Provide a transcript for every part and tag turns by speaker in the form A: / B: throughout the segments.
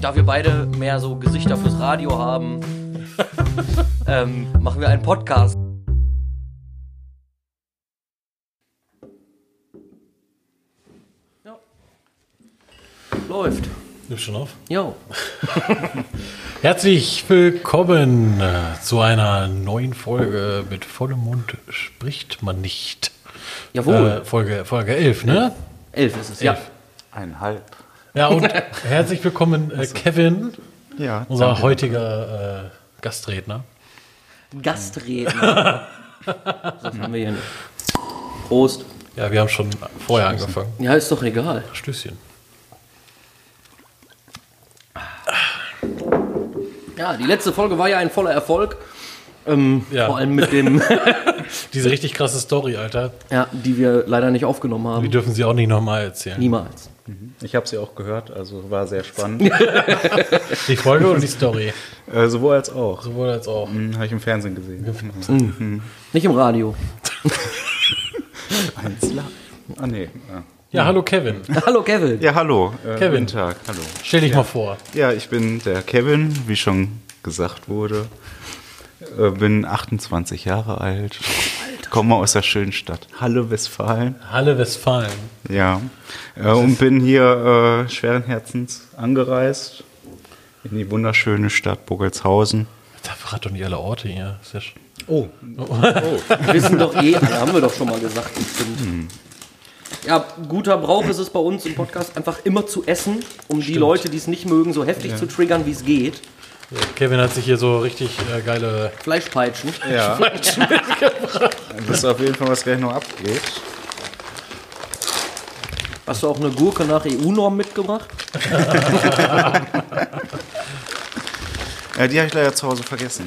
A: da wir beide mehr so Gesichter fürs Radio haben, ähm, machen wir einen Podcast. Ja. Läuft.
B: Nimmst schon auf?
A: Jo.
B: Herzlich willkommen äh, zu einer neuen Folge mit vollem Mund spricht man nicht.
A: Jawohl.
B: Äh, Folge, Folge 11, ne?
A: Elf ist es, ja.
B: Elf.
C: Einhalb.
B: Ja, und herzlich willkommen äh,
A: Also.
B: Kevin,
C: Ja,
B: unser
C: danke.
B: heutiger äh, Gastredner.
A: Gastredner. das haben wir hier nicht. Prost.
B: Ja, wir haben schon vorher angefangen.
A: Ja, ist doch egal.
B: Stößchen.
A: Ja, die letzte Folge war ja ein voller Erfolg. Ähm,
B: Ja.
A: Vor allem mit dem,
B: Diese richtig krasse Story, Alter,
A: ja, die wir leider nicht aufgenommen
B: die
A: haben.
B: dürfen sie auch nicht nochmal erzählen.
A: Niemals.
C: Ich habe sie auch gehört, also war sehr spannend.
B: Die Folge oder die Story?
C: äh, sowohl als auch.
B: Sowohl als auch.
C: Hm, habe ich im Fernsehen gesehen.
A: Nicht im Radio.
C: Eins live. Ah, nee. Ja,
B: Ja, hallo Kevin.
A: Hallo Kevin.
C: ja hallo. Äh,
B: Kevin.
C: Guten Tag. Hallo.
B: Stell dich mal vor.
C: Ja, ich bin der Kevin, wie schon gesagt wurde. Äh, bin 28 Jahre alt. Komme aus der schönen Stadt Halle, Westfalen.
B: Halle Westfalen.
C: Ja. Äh, und bin hier äh, schweren Herzens angereist in die wunderschöne Stadt Burgelshausen.
B: Da verrat doch nicht alle Orte hier. Ist ja sch-
C: Oh.
A: Wissen doch eh alle, haben wir doch schon mal gesagt. Bestimmt. Ja, guter Brauch ist es bei uns im Podcast, einfach immer zu essen, um die Leute, die es nicht mögen, so heftig zu triggern, wie es geht.
B: Kevin hat sich hier so richtig äh, geile.
A: Fleischpeitschen.
C: Ja. Wisst ihr auf jeden Fall, was gleich noch abgeht?
A: Hast du auch eine Gurke nach EU-Norm mitgebracht?
C: Ja, Äh, die habe ich leider zu Hause vergessen.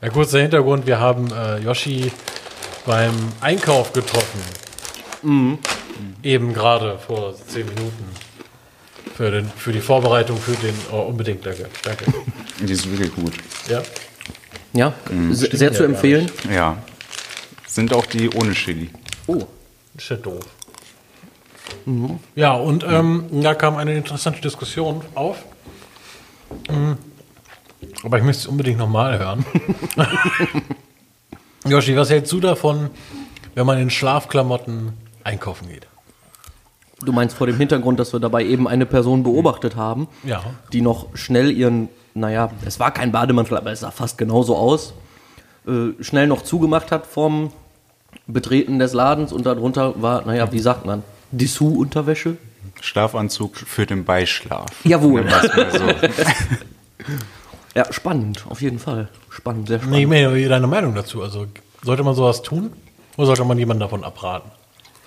B: Ja, äh, kurzer Hintergrund: Wir haben äh, Yoshi beim Einkauf getroffen. Mhm. Eben gerade vor zehn Minuten. Für, den, für die Vorbereitung für den. Oh, unbedingt, danke. danke.
C: Die ist wirklich gut.
B: Ja.
A: Ja, se- sehr zu
B: Mhm. ja gar
A: empfehlen.
C: Ja. Sind auch die ohne Chili.
A: Oh,
B: Shit doof. Ja, und ähm, da kam eine interessante Diskussion auf. Mhm. Aber ich möchte es unbedingt nochmal hören. Joshi, was hältst du davon, wenn man in Schlafklamotten einkaufen geht?
A: du meinst vor dem Hintergrund, dass wir dabei eben eine Person beobachtet haben,
B: Ja.
A: die noch schnell ihren, naja, es war kein Bademantel, aber es sah fast genauso aus, äh, schnell noch zugemacht hat vom Betreten des Ladens und darunter war, naja, wie sagt man, Dessous-Unterwäsche?
C: Schlafanzug für den Beischlaf.
A: Jawohl.
C: Also,
A: Ja, spannend, auf jeden Fall. Spannend, sehr spannend.
B: Nee, mehr deine Meinung dazu. Also sollte man sowas tun oder sollte man jemanden davon abraten?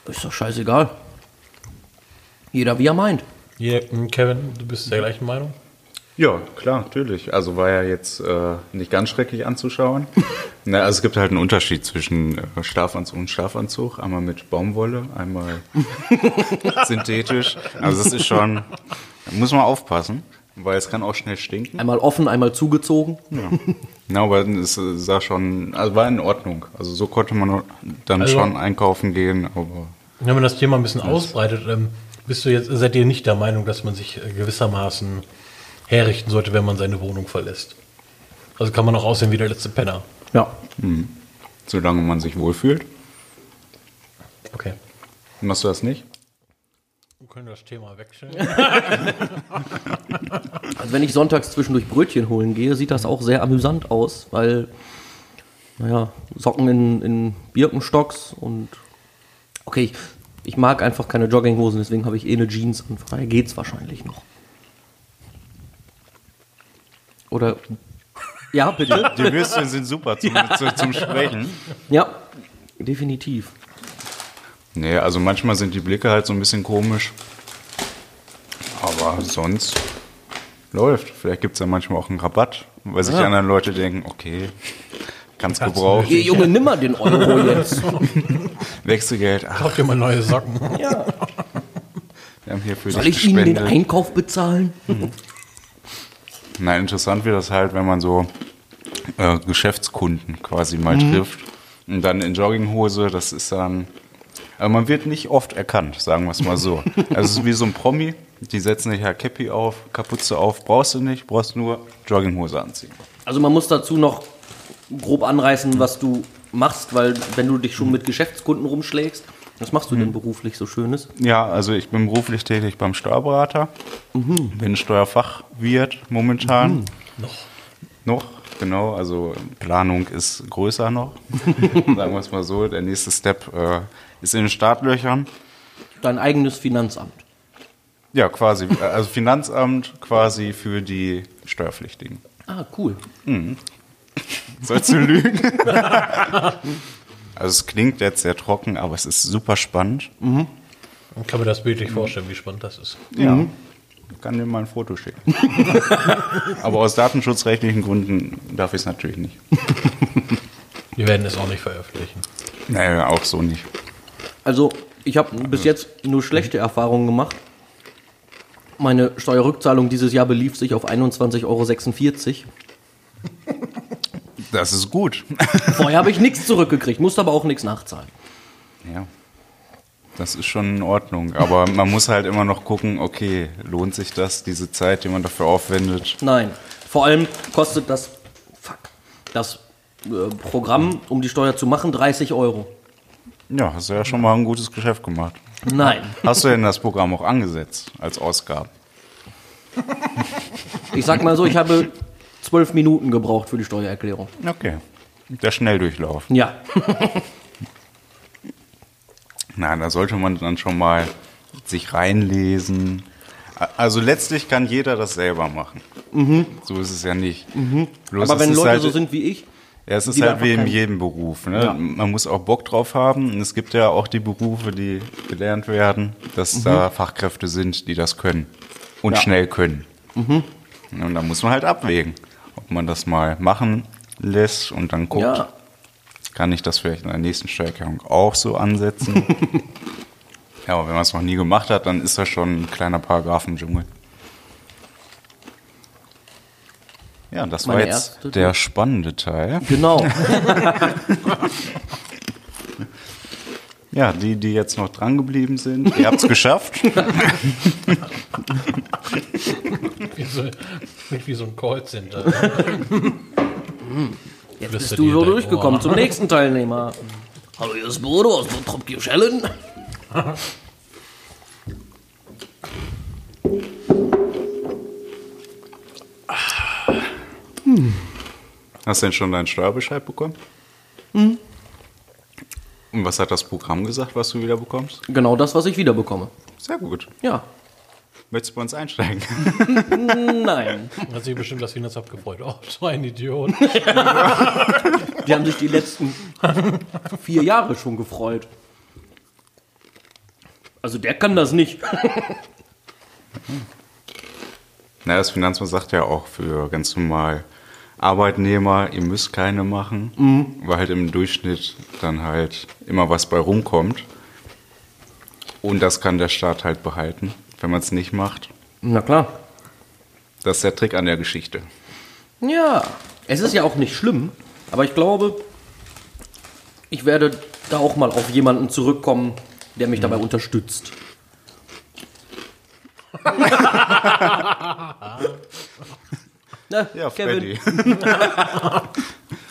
A: Ist doch scheißegal. Jeder wie er meint.
B: Hier, mh, Kevin, du bist der gleichen Meinung?
C: ja, klar, natürlich. Also war ja jetzt äh, nicht ganz schrecklich anzuschauen. Na, also es gibt halt einen Unterschied zwischen äh, Schlafanzug und Schlafanzug. Einmal mit Baumwolle, einmal synthetisch. Also das ist schon, da muss man aufpassen, weil es kann auch schnell stinken.
A: Einmal offen, einmal zugezogen.
C: Na, aber es sah schon, also war in Ordnung. Also so konnte man dann
B: Also-
C: schon einkaufen gehen, aber
B: Wenn man das Thema ein bisschen ausbreitet, ähm, bist du jetzt, seid ihr nicht der Meinung, dass man sich äh, gewissermaßen herrichten sollte, wenn man seine Wohnung verlässt? Also kann man auch aussehen wie der letzte Penner.
A: Ja.
C: solange man sich wohlfühlt,
B: Okay.
C: machst du das nicht.
B: Wir können das Thema wechseln.
A: Also wenn ich sonntags zwischendurch Brötchen holen gehe, sieht das auch sehr amüsant aus, weil, naja, Socken in, in Birkenstocks und. Okay, ich, ich mag einfach keine Jogginghosen, deswegen habe ich eh eine Jeans an. Von daher geht's wahrscheinlich noch. Oder. Ja, bitte.
C: Die Würstchen sind super zum, zu, zum Sprechen.
A: ja, definitiv.
C: Nee, also manchmal sind die Blicke halt so ein bisschen komisch. Aber sonst läuft. Vielleicht gibt es ja manchmal auch einen Rabatt, weil sich die anderen Leute denken, okay, kann's
B: Kannst
C: gebrauchen.
A: Ihr Junge, nimm mal den Euro jetzt.
C: Wechselgeld, ach,
B: Kauft ihr mal neue Socken.
C: wir haben hier für
A: Soll
C: dich
A: ich Ihnen den
C: gespendet.
A: Einkauf bezahlen?
C: Na, interessant wird das halt, wenn man so äh, Geschäftskunden quasi mal trifft. Und dann in Jogginghose, das ist dann. Also man wird nicht oft erkannt, sagen wir es mal so. also es ist wie so ein Promi, Die setzen sich ja Cappy auf, Kapuze auf, brauchst du nicht, brauchst nur Jogginghose anziehen.
A: Also man muss dazu noch grob anreißen, was du machst, weil wenn du dich schon mit Geschäftskunden rumschlägst, was machst du denn beruflich so Schönes?
C: Ja, also ich bin beruflich tätig beim Steuerberater, bin Steuerfachwirt momentan.
B: Noch.
C: Noch, genau. Also Planung ist größer noch. Sagen wir es mal so. Der nächste Step äh, ist in den Startlöchern.
A: Dein eigenes Finanzamt.
C: Ja, quasi. äh, Also Finanzamt quasi für die Steuerpflichtigen.
A: Ah, cool.
C: Sollst du lügen? also es klingt jetzt sehr trocken, aber es ist super spannend.
B: Ich kann mir das bildlich vorstellen, wie spannend das ist.
C: Ja. Ich kann dir mal ein Foto schicken. aber aus datenschutzrechtlichen Gründen darf ich es natürlich nicht.
B: Wir werden es auch nicht veröffentlichen.
C: Naja, auch so nicht.
A: Also, ich habe bis jetzt nur schlechte Erfahrungen gemacht. Meine Steuerrückzahlung dieses Jahr belief sich auf 21,46 Euro.
C: Das ist gut.
A: Vorher habe ich nichts zurückgekriegt, musste aber auch nichts nachzahlen.
C: Ja. Das ist schon in Ordnung. Aber man muss halt immer noch gucken, okay, lohnt sich das, diese Zeit, die man dafür aufwendet?
A: Nein. Vor allem kostet das, fuck, das äh, Programm, um die Steuer zu machen, 30 Euro.
C: Ja, hast du ja schon mal ein gutes Geschäft gemacht.
A: Nein.
C: Hast du denn das Programm auch angesetzt als Ausgabe?
A: Ich sag mal so, ich habe zwölf Minuten gebraucht für die Steuererklärung.
C: Okay. Der Schnelldurchlauf.
A: Ja.
C: Nein, da sollte man dann schon mal sich reinlesen. A- Also letztlich kann jeder das selber machen. So ist es ja nicht. Bloß
A: Mhm. Aber
C: es
A: wenn
C: ist
A: Leute
C: halt-
A: so sind wie ich,
C: Ja, es ist
A: Die
C: halt
A: einfach
C: wie in
A: keinen-
C: jedem Beruf. Ne?
A: Ja.
C: Man muss auch Bock drauf haben. Und es gibt ja auch die Berufe, die gelernt werden, dass
A: Mhm.
C: da Fachkräfte sind, die das können. Und schnell können.
A: Mhm.
C: Und da muss man halt abwägen, ob man das mal machen lässt und dann guckt,
A: ja,
C: kann ich das vielleicht in der nächsten Steuererklärung auch so ansetzen. ja, aber wenn man es noch nie gemacht hat, dann ist das schon ein kleiner Paragraph im Dschungel. Ja, das war
A: Meine
C: jetzt
A: erste-
C: der spannende Teil.
A: genau.
C: Ja, die, die jetzt noch dran geblieben sind, ihr habt's geschafft.
B: Wie so, nicht wie so ein Callcenter. ne?
A: Jetzt
B: Flüstert
A: bist du
B: ihr
A: so
B: dein
A: durchgekommen
B: Ohr.
A: zum nächsten Teilnehmer. Hallo, hier ist Bodo aus Bottrop Kirschellen.
C: Hast du denn schon deinen Steuerbescheid bekommen? Und was hat das Programm gesagt, was du wieder bekommst?
A: Genau das, was ich wiederbekomme.
C: Sehr gut.
A: Ja.
C: Möchtest du bei uns einsteigen?
A: Nein.
B: Hat sich bestimmt das Finanzamt gefreut. Oh, so ein Idiot.
A: Die haben sich die letzten vier Jahre schon gefreut. Also der kann das nicht.
C: Na, das Finanzamt sagt ja auch für ganz normal Arbeitnehmer, ihr müsst keine machen, weil halt im Durchschnitt dann halt immer was bei rumkommt. Und das kann der Staat halt behalten, wenn man es nicht macht.
A: Na klar.
C: Das ist der Trick an der Geschichte.
A: Ja. Es ist ja auch nicht schlimm, aber ich glaube, ich werde da auch mal auf jemanden zurückkommen, der mich dabei unterstützt. Na,
C: Ja,
A: Kevin.
C: Freddy.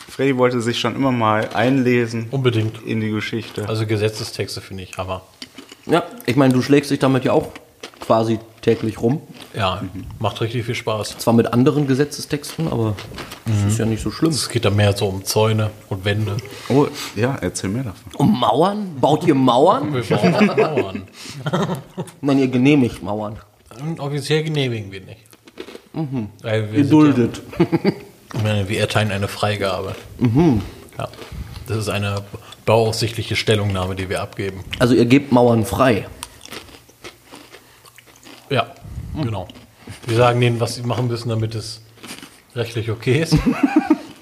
C: Freddy wollte sich schon immer mal einlesen
B: Unbedingt.
C: in die Geschichte.
B: Also Gesetzestexte finde ich Hammer.
A: Ja, ich meine, du schlägst dich damit ja auch quasi täglich rum.
B: Ja, macht richtig viel Spaß.
A: Zwar mit anderen Gesetzestexten, aber das ist ja nicht so schlimm.
B: Es geht da mehr so um Zäune und Wände.
C: oh, ja, erzähl mir davon.
A: Um Mauern? Baut ihr Mauern?
B: Wir brauchen Mauern.
A: Nein, ihr genehmigt Mauern.
B: Und offiziell genehmigen wir nicht.
A: Mhm.
B: Weil wir sind
A: Geduldet.
B: Ja, ich meine, wir erteilen eine Freigabe.
A: Mhm.
B: Ja. Das ist eine bauaufsichtliche Stellungnahme, die wir abgeben.
A: Also ihr gebt Mauern frei.
B: Ja,
A: Mhm.
B: genau. Wir sagen denen, was sie machen müssen, damit es rechtlich okay ist.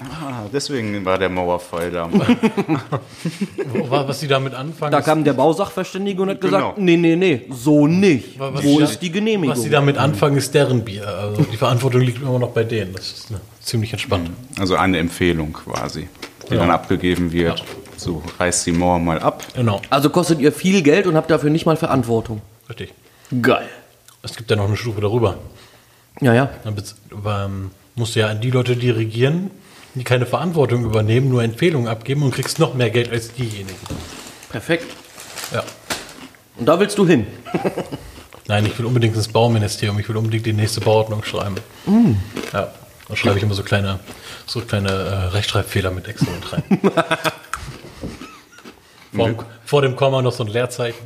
C: Ah, deswegen war der Mauerfall da.
B: Wo- wa- was sie damit anfangen,
A: Da
B: ist-
A: kam der Bausachverständige und hat
C: Genau.
A: gesagt, nee, nee, nee, so nicht.
B: wa- was
A: Wo
B: sie
A: ist
B: da-
A: die Genehmigung?
B: Was sie damit anfangen, ist deren Bier. Also die Verantwortung liegt immer noch bei denen. Das ist ne, ziemlich entspannt.
A: Mhm.
C: Also eine Empfehlung quasi, die
B: Ja.
C: dann abgegeben wird.
B: Ja.
C: So, reißt die Mauer mal ab.
B: Genau,
A: also kostet ihr viel Geld und habt dafür nicht mal Verantwortung.
B: richtig.
A: Geil.
B: es gibt ja noch eine Stufe darüber.
A: Ja, ja.
B: Dann bez- ähm, musst du ja an die Leute dirigieren, die keine Verantwortung übernehmen, nur Empfehlungen abgeben und kriegst noch mehr Geld als diejenigen.
A: Perfekt.
B: Ja.
A: Und da willst du hin.
B: Nein, ich will unbedingt ins Bauministerium, ich will unbedingt die nächste Bauordnung schreiben.
C: Mm.
B: Ja. Da schreibe ich immer so kleine, so kleine äh, Rechtschreibfehler mit Excel mit rein. vor, dem, vor dem Komma noch so ein Leerzeichen.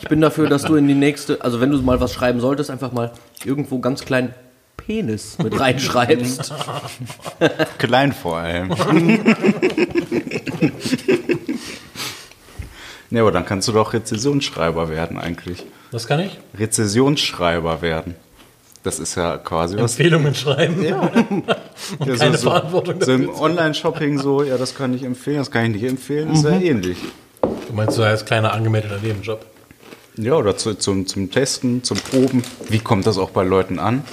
A: Ich bin dafür, dass du in die nächste, also wenn du mal was schreiben solltest, einfach mal irgendwo ganz klein Penis mit reinschreibst.
C: Klein vor allem. Ja, aber dann kannst du doch Rezessionsschreiber werden eigentlich.
B: Das kann ich.
C: Rezessionsschreiber werden. Das ist ja quasi was.
B: Empfehlungen schreiben. Und
C: Ja,
B: keine
C: so,
B: Verantwortung
C: so, so im
B: dafür zu-
C: Online-Shopping so, ja, das kann ich empfehlen, das kann ich nicht empfehlen, ist
B: Mhm.
C: ja ähnlich.
B: Du meinst, du als kleiner angemeldeter Nebenjob.
C: Ja, oder zu, zum, zum Testen, zum Proben. Wie kommt das auch bei Leuten an?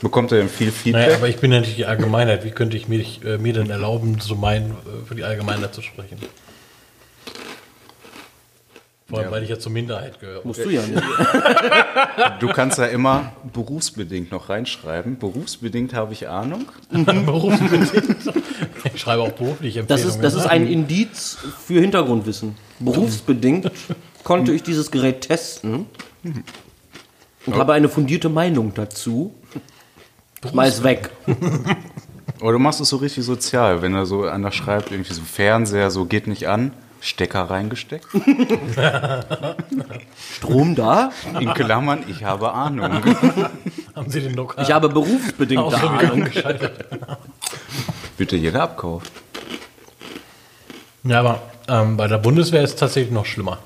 C: Bekommt er denn viel Feedback?
B: Naja, aber ich bin ja nicht die Allgemeinheit. Wie könnte ich mir, äh, mir denn erlauben, so mein äh, für die Allgemeinheit zu sprechen? Vor allem, weil ich ja zur Minderheit gehöre.
A: Musst du ja nicht.
C: Du kannst ja immer berufsbedingt noch reinschreiben. Berufsbedingt habe ich Ahnung.
B: Berufsbedingt. Ich schreibe auch beruflich
A: Das
B: Empfehlungen. ne?
A: ist, das ist ein Indiz für Hintergrundwissen. Berufsbedingt konnte ich dieses Gerät testen und habe eine fundierte Meinung dazu. Mal es weg.
C: Aber du machst es so richtig sozial, wenn er so einer schreibt, irgendwie so Fernseher, so geht nicht an. Stecker reingesteckt.
A: Strom da?
C: In Klammern, ich habe Ahnung.
B: Haben Sie den Lokal
A: Ich habe berufsbedingte
B: auch so wieder
A: Ahnung.
B: umgeschaltet?
C: Bitte jeder abkauft.
B: Ja, aber ähm, bei der Bundeswehr ist es tatsächlich noch schlimmer.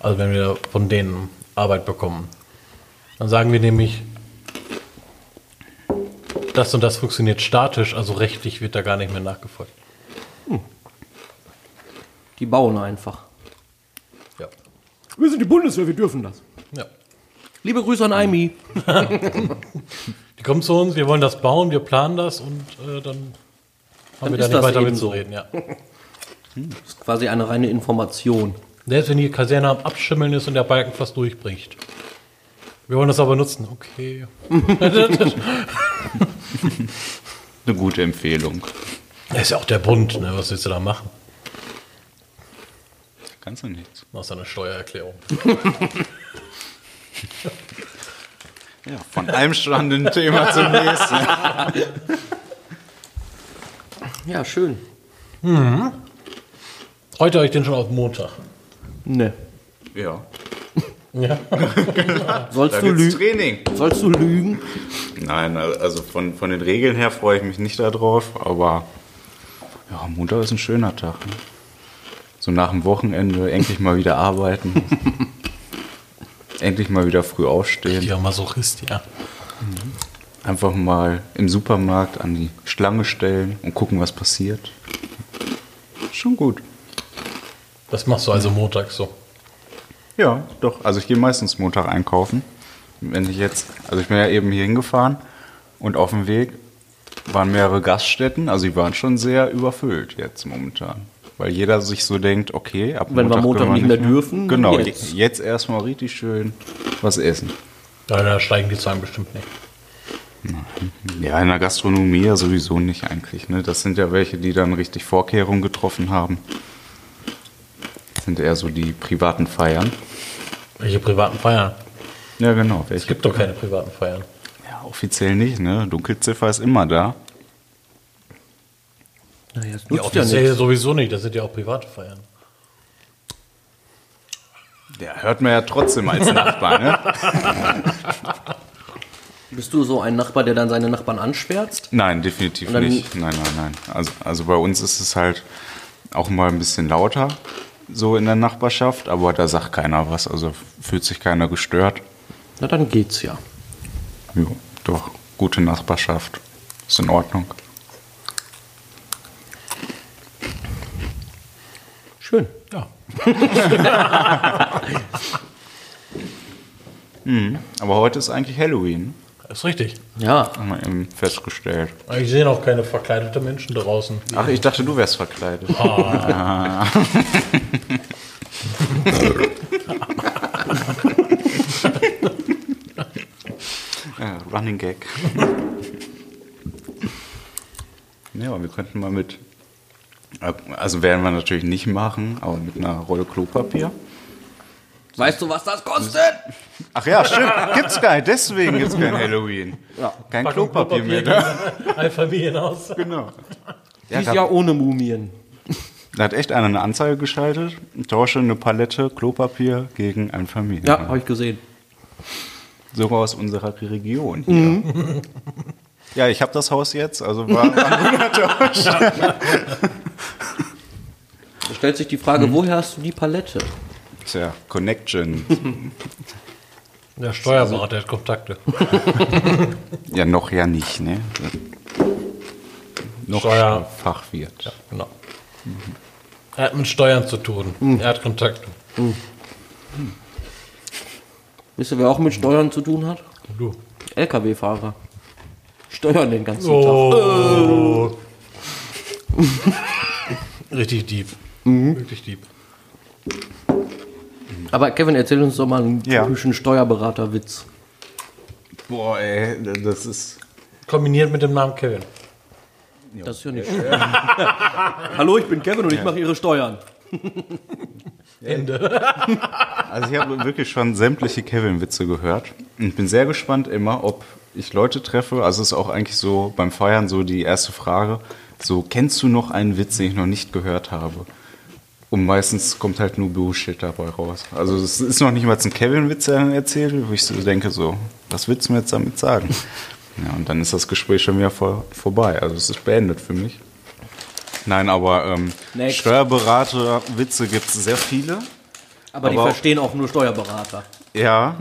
B: Also wenn wir von denen Arbeit bekommen. Dann sagen wir nämlich, das und das funktioniert statisch, also rechtlich wird da gar nicht mehr nachgefolgt.
A: Die bauen einfach.
B: Ja.
A: Wir sind die Bundeswehr, wir dürfen das.
B: ja.
A: Liebe Grüße an Aimi.
B: Die kommen zu uns, wir wollen das bauen, wir planen das und äh, dann haben wir
A: ist
B: da nicht
A: das
B: weiter
A: eben
B: mitzureden. Ja.
A: Das ist quasi eine reine Information.
B: Selbst wenn die Kaserne am Abschimmeln ist und der Balken fast durchbricht. Wir wollen das aber nutzen. Okay.
C: Eine gute Empfehlung.
B: Das ist ja auch der Bund, ne? was willst du da machen?
C: Kannst du nichts.
B: Machst du eine Steuererklärung.
C: Ja, von einem strandenden Thema zum nächsten.
A: Ja, schön.
B: Heute habe ich den schon auf Montag.
A: Ne.
C: Ja,
B: Ja.
A: Sollst
C: da
A: du,
C: gibt's
A: lü
C: Training.
A: sollst du lügen?
C: Nein, also von, von den Regeln her freue ich mich nicht darauf, aber ja, Montag ist ein schöner Tag. Ne? So nach dem Wochenende endlich mal wieder arbeiten. endlich mal wieder früh aufstehen.
B: Ja, Masochist, ja.
C: Einfach mal im Supermarkt an die Schlange stellen und gucken, was passiert. Schon gut.
B: Das machst du also montags so.
C: Ja, doch. Also ich gehe meistens Montag einkaufen. Wenn ich jetzt, also ich bin ja eben hier hingefahren und auf dem Weg waren mehrere Gaststätten, also die waren schon sehr überfüllt jetzt momentan. Weil jeder sich so denkt, okay, ab
A: Wenn wir Montag
C: können
A: nicht mehr dürfen,
C: Genau,
A: jetzt.
C: jetzt, jetzt erstmal richtig schön was essen.
B: Da, da steigen die Zahlen bestimmt nicht.
C: Ja, in der Gastronomie ja sowieso nicht eigentlich. Ne? Das sind ja welche, die dann richtig Vorkehrungen getroffen haben. Das sind eher so die privaten Feiern.
B: Welche privaten Feiern?
C: Ja, genau.
B: Es
C: Welche
B: gibt doch keine privaten Feiern.
C: Ja, offiziell nicht, ne? Dunkelziffer ist immer da.
A: Naja, das
B: Ja,
A: nutzt ja,
B: offiziell
A: nichts.
B: sowieso nicht. Das sind ja auch private Feiern.
C: Der hört man ja trotzdem als Nachbar, ne?
A: Bist du so ein Nachbar, der dann seine Nachbarn anschwärzt?
C: Nein, definitiv
A: Und dann-
C: nicht. Nein, nein, nein. Also, also bei uns ist es halt auch mal ein bisschen lauter, so in der Nachbarschaft, aber da sagt keiner was, also fühlt sich keiner gestört.
A: Na, dann geht's ja.
C: Jo, doch, gute Nachbarschaft. Ist in Ordnung.
A: Schön.
B: Ja.
C: Aber heute ist eigentlich Halloween,
B: Ist richtig.
A: Ja,
C: haben wir eben festgestellt.
B: Aber Ich sehe noch keine verkleideten Menschen draußen.
C: Ach, ich dachte, du wärst Ah. verkleidet. Running Gag. ja, aber wir könnten mal mit. Also werden wir natürlich nicht machen, aber mit einer Rolle Klopapier.
A: Weißt du, was das kostet?
C: Ach ja, stimmt. Gibt's kein, deswegen gibt's kein Halloween. Kein
B: Packung
C: Klopapier ne? mehr da.
B: Einfamilienhaus.
C: Genau. Ja,
A: Dieses
C: da,
A: Jahr ohne Mumien.
C: da hat echt einer eine Anzeige geschaltet. Tausche eine Palette Klopapier gegen ein
A: Ja,
C: Familienhaus.
A: habe ich gesehen.
C: sogar aus unserer Region hier. Ja, ich habe das Haus jetzt, also war war ein guter Tausch.
A: Da stellt sich die Frage, woher hast du die Palette?
C: Tja, Connection.
B: Der Steuerberater hat Kontakte.
C: Ja, noch ja nicht, ne? Noch
B: Steuer-
C: Fachwirt.
B: Genau. Er hat mit Steuern zu tun.
C: Hm.
B: Er hat Kontakte.
A: Wisst ihr, wer auch mit Steuern zu tun hat?
B: Du.
A: LKW-Fahrer. Steuern den ganzen Tag.
B: Oh. Richtig deep.
C: Mhm.
B: Wirklich deep.
A: Aber Kevin, erzähl uns doch mal einen
C: Ja.
A: typischen Steuerberaterwitz.
C: Boah, ey, das ist.
B: Kombiniert mit dem Namen Kevin.
A: Das ist ja nicht schwer. Hallo, ich bin Kevin und ich mache Ihre Steuern.
B: Ende.
C: Also, ich habe wirklich schon sämtliche Kevin-Witze gehört. Und bin sehr gespannt immer, ob ich Leute treffe. Also, es ist auch eigentlich so beim Feiern so die erste Frage: So, kennst du noch einen Witz, den ich noch nicht gehört habe? Und meistens kommt halt nur Bullshit dabei raus. Also, es ist noch nicht mal ein Kevin-Witz, der dann erzählt wird, wo ich so denke: So, was willst du mir jetzt damit sagen? Ja, und dann ist das Gespräch schon wieder vor, vorbei. Also, es ist beendet für mich. Nein, aber ähm,
A: Next.
C: Steuerberater-Witze gibt es sehr viele.
A: Aber, die
C: Aber-
A: verstehen auch nur Steuerberater.
C: Ja.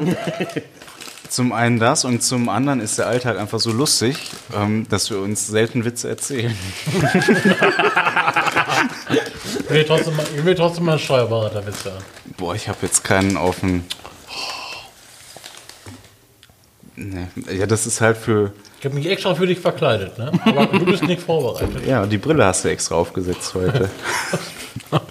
C: zum einen das und zum anderen ist der Alltag einfach so lustig, ähm, dass wir uns selten Witze erzählen.
B: Ich will trotzdem mal, ich will trotzdem mal einen Steuerberaterwitz hören.
C: Boah, ich habe jetzt keinen auf dem. Nee. Ja, das ist halt für.
B: Ich habe mich extra für dich verkleidet, ne? Aber du bist nicht vorbereitet.
C: Ja, die Brille hast du extra aufgesetzt heute.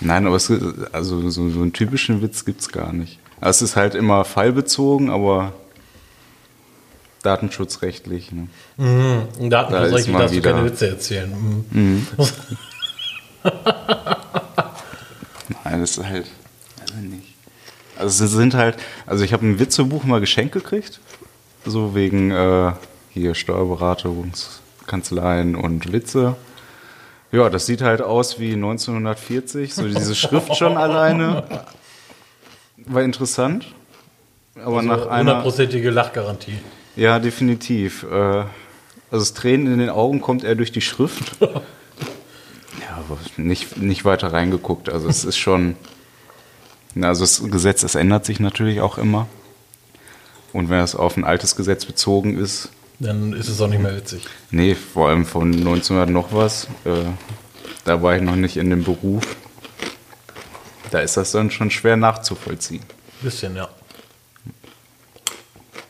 C: Nein, aber es, ist- also so, so einen typischen Witz gibt's gar nicht. Also es ist halt immer fallbezogen, aber datenschutzrechtlich. Ne?
B: Und da hat
C: Da
B: man
C: ist
B: gesagt, ich
C: mal
B: darf
C: wieder-
B: keine Witze erzählen. Mhm.
C: Nein, das ist halt. Also nicht. Also es sind halt. Also ich habe ein Witzebuch mal geschenkt gekriegt. So wegen äh, hier Steuerberatungskanzleien und Witze. Ja, das sieht halt aus wie 1940. So diese Schrift schon alleine. War interessant. Aber
B: Also
C: nach einer.
B: Hundertprozentige Lachgarantie.
C: Ja, definitiv. Äh, also das Tränen in den Augen kommt eher durch die Schrift. ja, aber nicht, nicht weiter reingeguckt. Also es ist schon. Na, also das Gesetz, das ändert sich natürlich auch immer. Und wenn das auf ein altes Gesetz bezogen ist,
B: Dann ist es auch nicht mehr witzig.
C: nee, vor allem von 1900 noch was, äh, da war ich noch nicht in dem Beruf. Da ist das dann schon schwer nachzuvollziehen.
B: Bisschen, ja.
C: Aber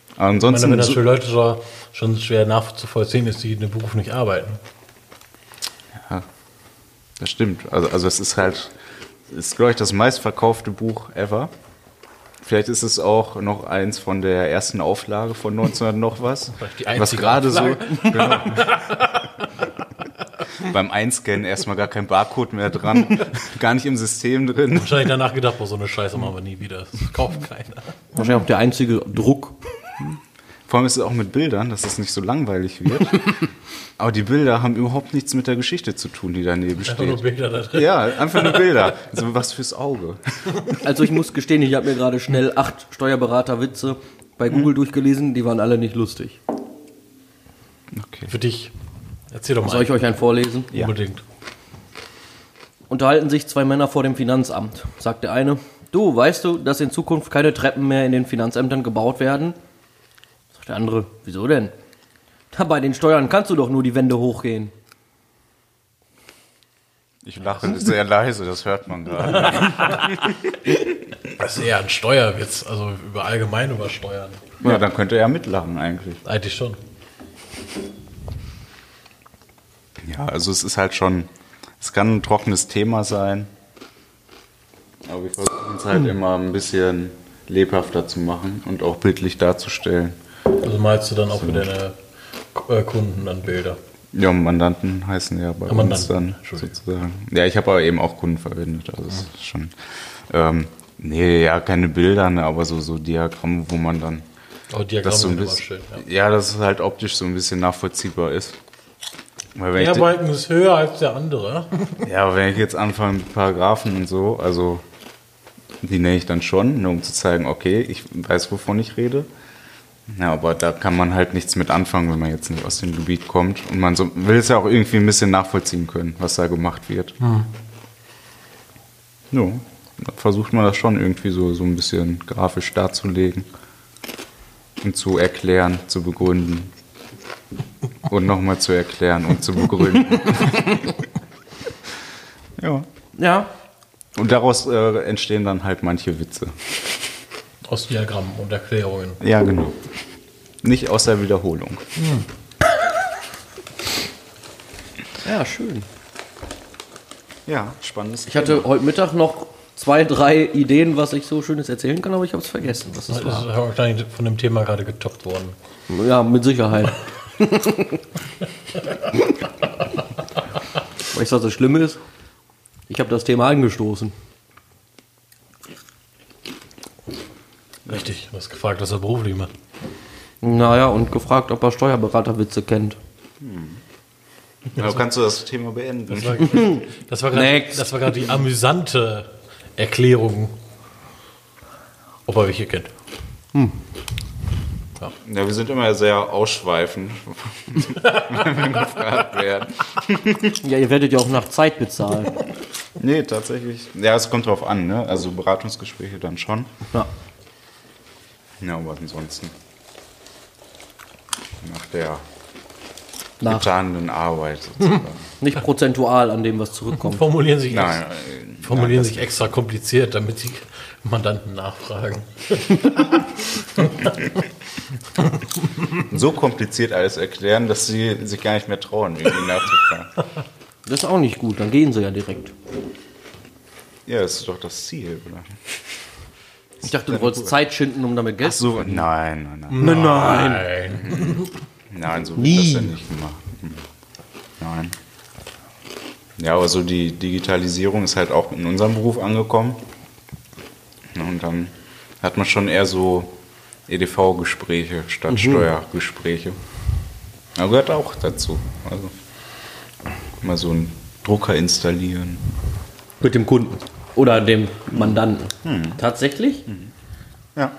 B: Ich meine,
C: ansonsten
B: wenn das
C: so-
B: für Leute schon- schon schwer nachzuvollziehen ist, die in dem Beruf nicht arbeiten.
C: Ja, das stimmt. Also, also es ist halt, es ist, glaube ich, das meistverkaufte Buch ever. Vielleicht ist es auch noch eins von der ersten Auflage von 1900 noch was.
B: Vielleicht die
C: was
B: einzige
C: gerade so genau, beim Einscannen erstmal gar kein Barcode mehr dran, gar nicht im System drin.
B: Wahrscheinlich danach gedacht, boah, so eine Scheiße machen wir nie wieder. Das kauft keiner.
A: Wahrscheinlich auch der einzige Druck.
C: Vor allem ist es auch mit Bildern, dass es nicht so langweilig wird. Aber die Bilder haben überhaupt nichts mit der Geschichte zu tun, die daneben
B: Einfach nur
C: steht.
B: Bilder da drin.
C: Ja, einfach nur Bilder. Also was fürs Auge.
A: Also ich muss gestehen, ich habe mir gerade schnell acht Steuerberaterwitze bei Google durchgelesen, die waren alle nicht lustig.
C: Okay.
B: Für dich. Erzähl doch mal.
A: Soll ich euch einen vorlesen?
C: Ja.
B: Unbedingt.
A: Unterhalten sich zwei Männer vor dem Finanzamt, sagt der eine. Du, weißt du, dass in Zukunft keine Treppen mehr in den Finanzämtern gebaut werden? Sagt der andere, wieso denn? Na, bei den Steuern kannst du doch nur die Wände hochgehen.
C: Ich lache sehr leise, das hört man gerade.
B: Das ist eher ein Steuerwitz. Also über allgemein über Steuern.
C: Ja, dann könnte er ja mitlachen eigentlich.
B: Eigentlich schon.
C: Ja, also es ist halt schon, es kann ein trockenes Thema sein. Aber wir
B: Hm.
C: versuchen es halt immer ein bisschen lebhafter zu machen und auch bildlich darzustellen.
B: Also malst du dann auch für deine äh, Kunden dann Bilder.
C: Ja, Mandanten heißen ja bei
B: Ja,
C: uns
B: Mandanten,
C: dann
B: Entschuldigung.
C: sozusagen. Ja, ich habe aber eben auch Kunden verwendet. Also es ist schon. Ähm, nee, ja, keine Bilder, ne, aber so, so Diagramme, wo man dann
B: Aber Diagramme
C: das so ein
B: sind immer
C: bisschen.
B: schön. Ja.
C: Ja, dass es halt optisch so ein bisschen nachvollziehbar ist. Weil wenn
B: Der
C: ich,
B: Balken ist höher als der andere.
C: Ja, aber wenn ich jetzt anfange mit Paragraphen und so, also die nenne ich dann schon, nur um zu zeigen, okay, ich weiß, wovon ich rede. Ja, aber da kann man halt nichts mit anfangen, wenn man jetzt nicht aus dem Gebiet kommt. Und man so, will es ja auch irgendwie ein bisschen nachvollziehen können, was da gemacht wird. Ja, da versucht man das schon irgendwie so, so ein bisschen grafisch darzulegen und zu erklären, zu begründen. Und nochmal zu erklären und zu begründen. ja.
A: Ja,
C: Und daraus äh, entstehen dann halt manche Witze.
B: Aus Diagrammen und Erklärungen.
C: Ja, genau. Nicht aus der Wiederholung.
A: ja, schön.
C: Ja, spannendes.
A: Ich hatte heute Mittag noch zwei, drei Ideen, was ich so Schönes erzählen kann, aber ich habe es vergessen, was
B: Das
A: das
B: ist
A: war.
B: wahrscheinlich von dem Thema gerade getoppt worden.
A: Ja, mit Sicherheit. Weißt du, was das Schlimme ist? Ich habe das Thema angestoßen.
B: Richtig. Du hast gefragt, was er beruflich macht.
A: Naja, und gefragt, ob er Steuerberaterwitze kennt.
C: Ja, kannst du das Thema Mhm. beenden?
B: Das war, das war gerade-
A: Next.
B: das war gerade die amüsante Erklärung. Ob er welche kennt.
C: Ja, wir sind immer sehr ausschweifend, wenn wir gefragt werden.
A: Ja, ihr werdet ja auch nach Zeit bezahlen.
C: Nee, tatsächlich. Ja, es kommt drauf an, ne? Also Beratungsgespräche dann schon.
A: Ja.
C: Ja, aber ansonsten. Nach der
A: Nach,
C: getanen Arbeit sozusagen.
A: nicht prozentual an dem, was zurückkommt.
B: Formulieren sich,
C: Nein,
B: ex-
C: äh,
B: formulieren sich extra kompliziert, damit die Mandanten nachfragen.
C: so kompliziert alles erklären, dass sie sich gar nicht mehr trauen, irgendwie nachzufragen.
A: Das ist auch nicht gut, dann gehen sie ja direkt.
C: Ja, das ist doch das Ziel, oder?
A: Ich dachte, du wolltest Zeit schinden, um damit Geld zu
C: So, nein, nein, nein.
A: Nein, nein.
B: Nein.
C: Nein, so
A: Nie.
C: wird das ja nicht gemacht. Nein. Ja, aber so die Digitalisierung ist halt auch in unserem Beruf angekommen. Ne, Und dann hat man schon eher so EDV-Gespräche statt Steuergespräche. Aber gehört auch dazu. Also mal so einen Drucker installieren.
A: Mit dem Kunden. Oder dem Mandanten. Tatsächlich?
C: Ja.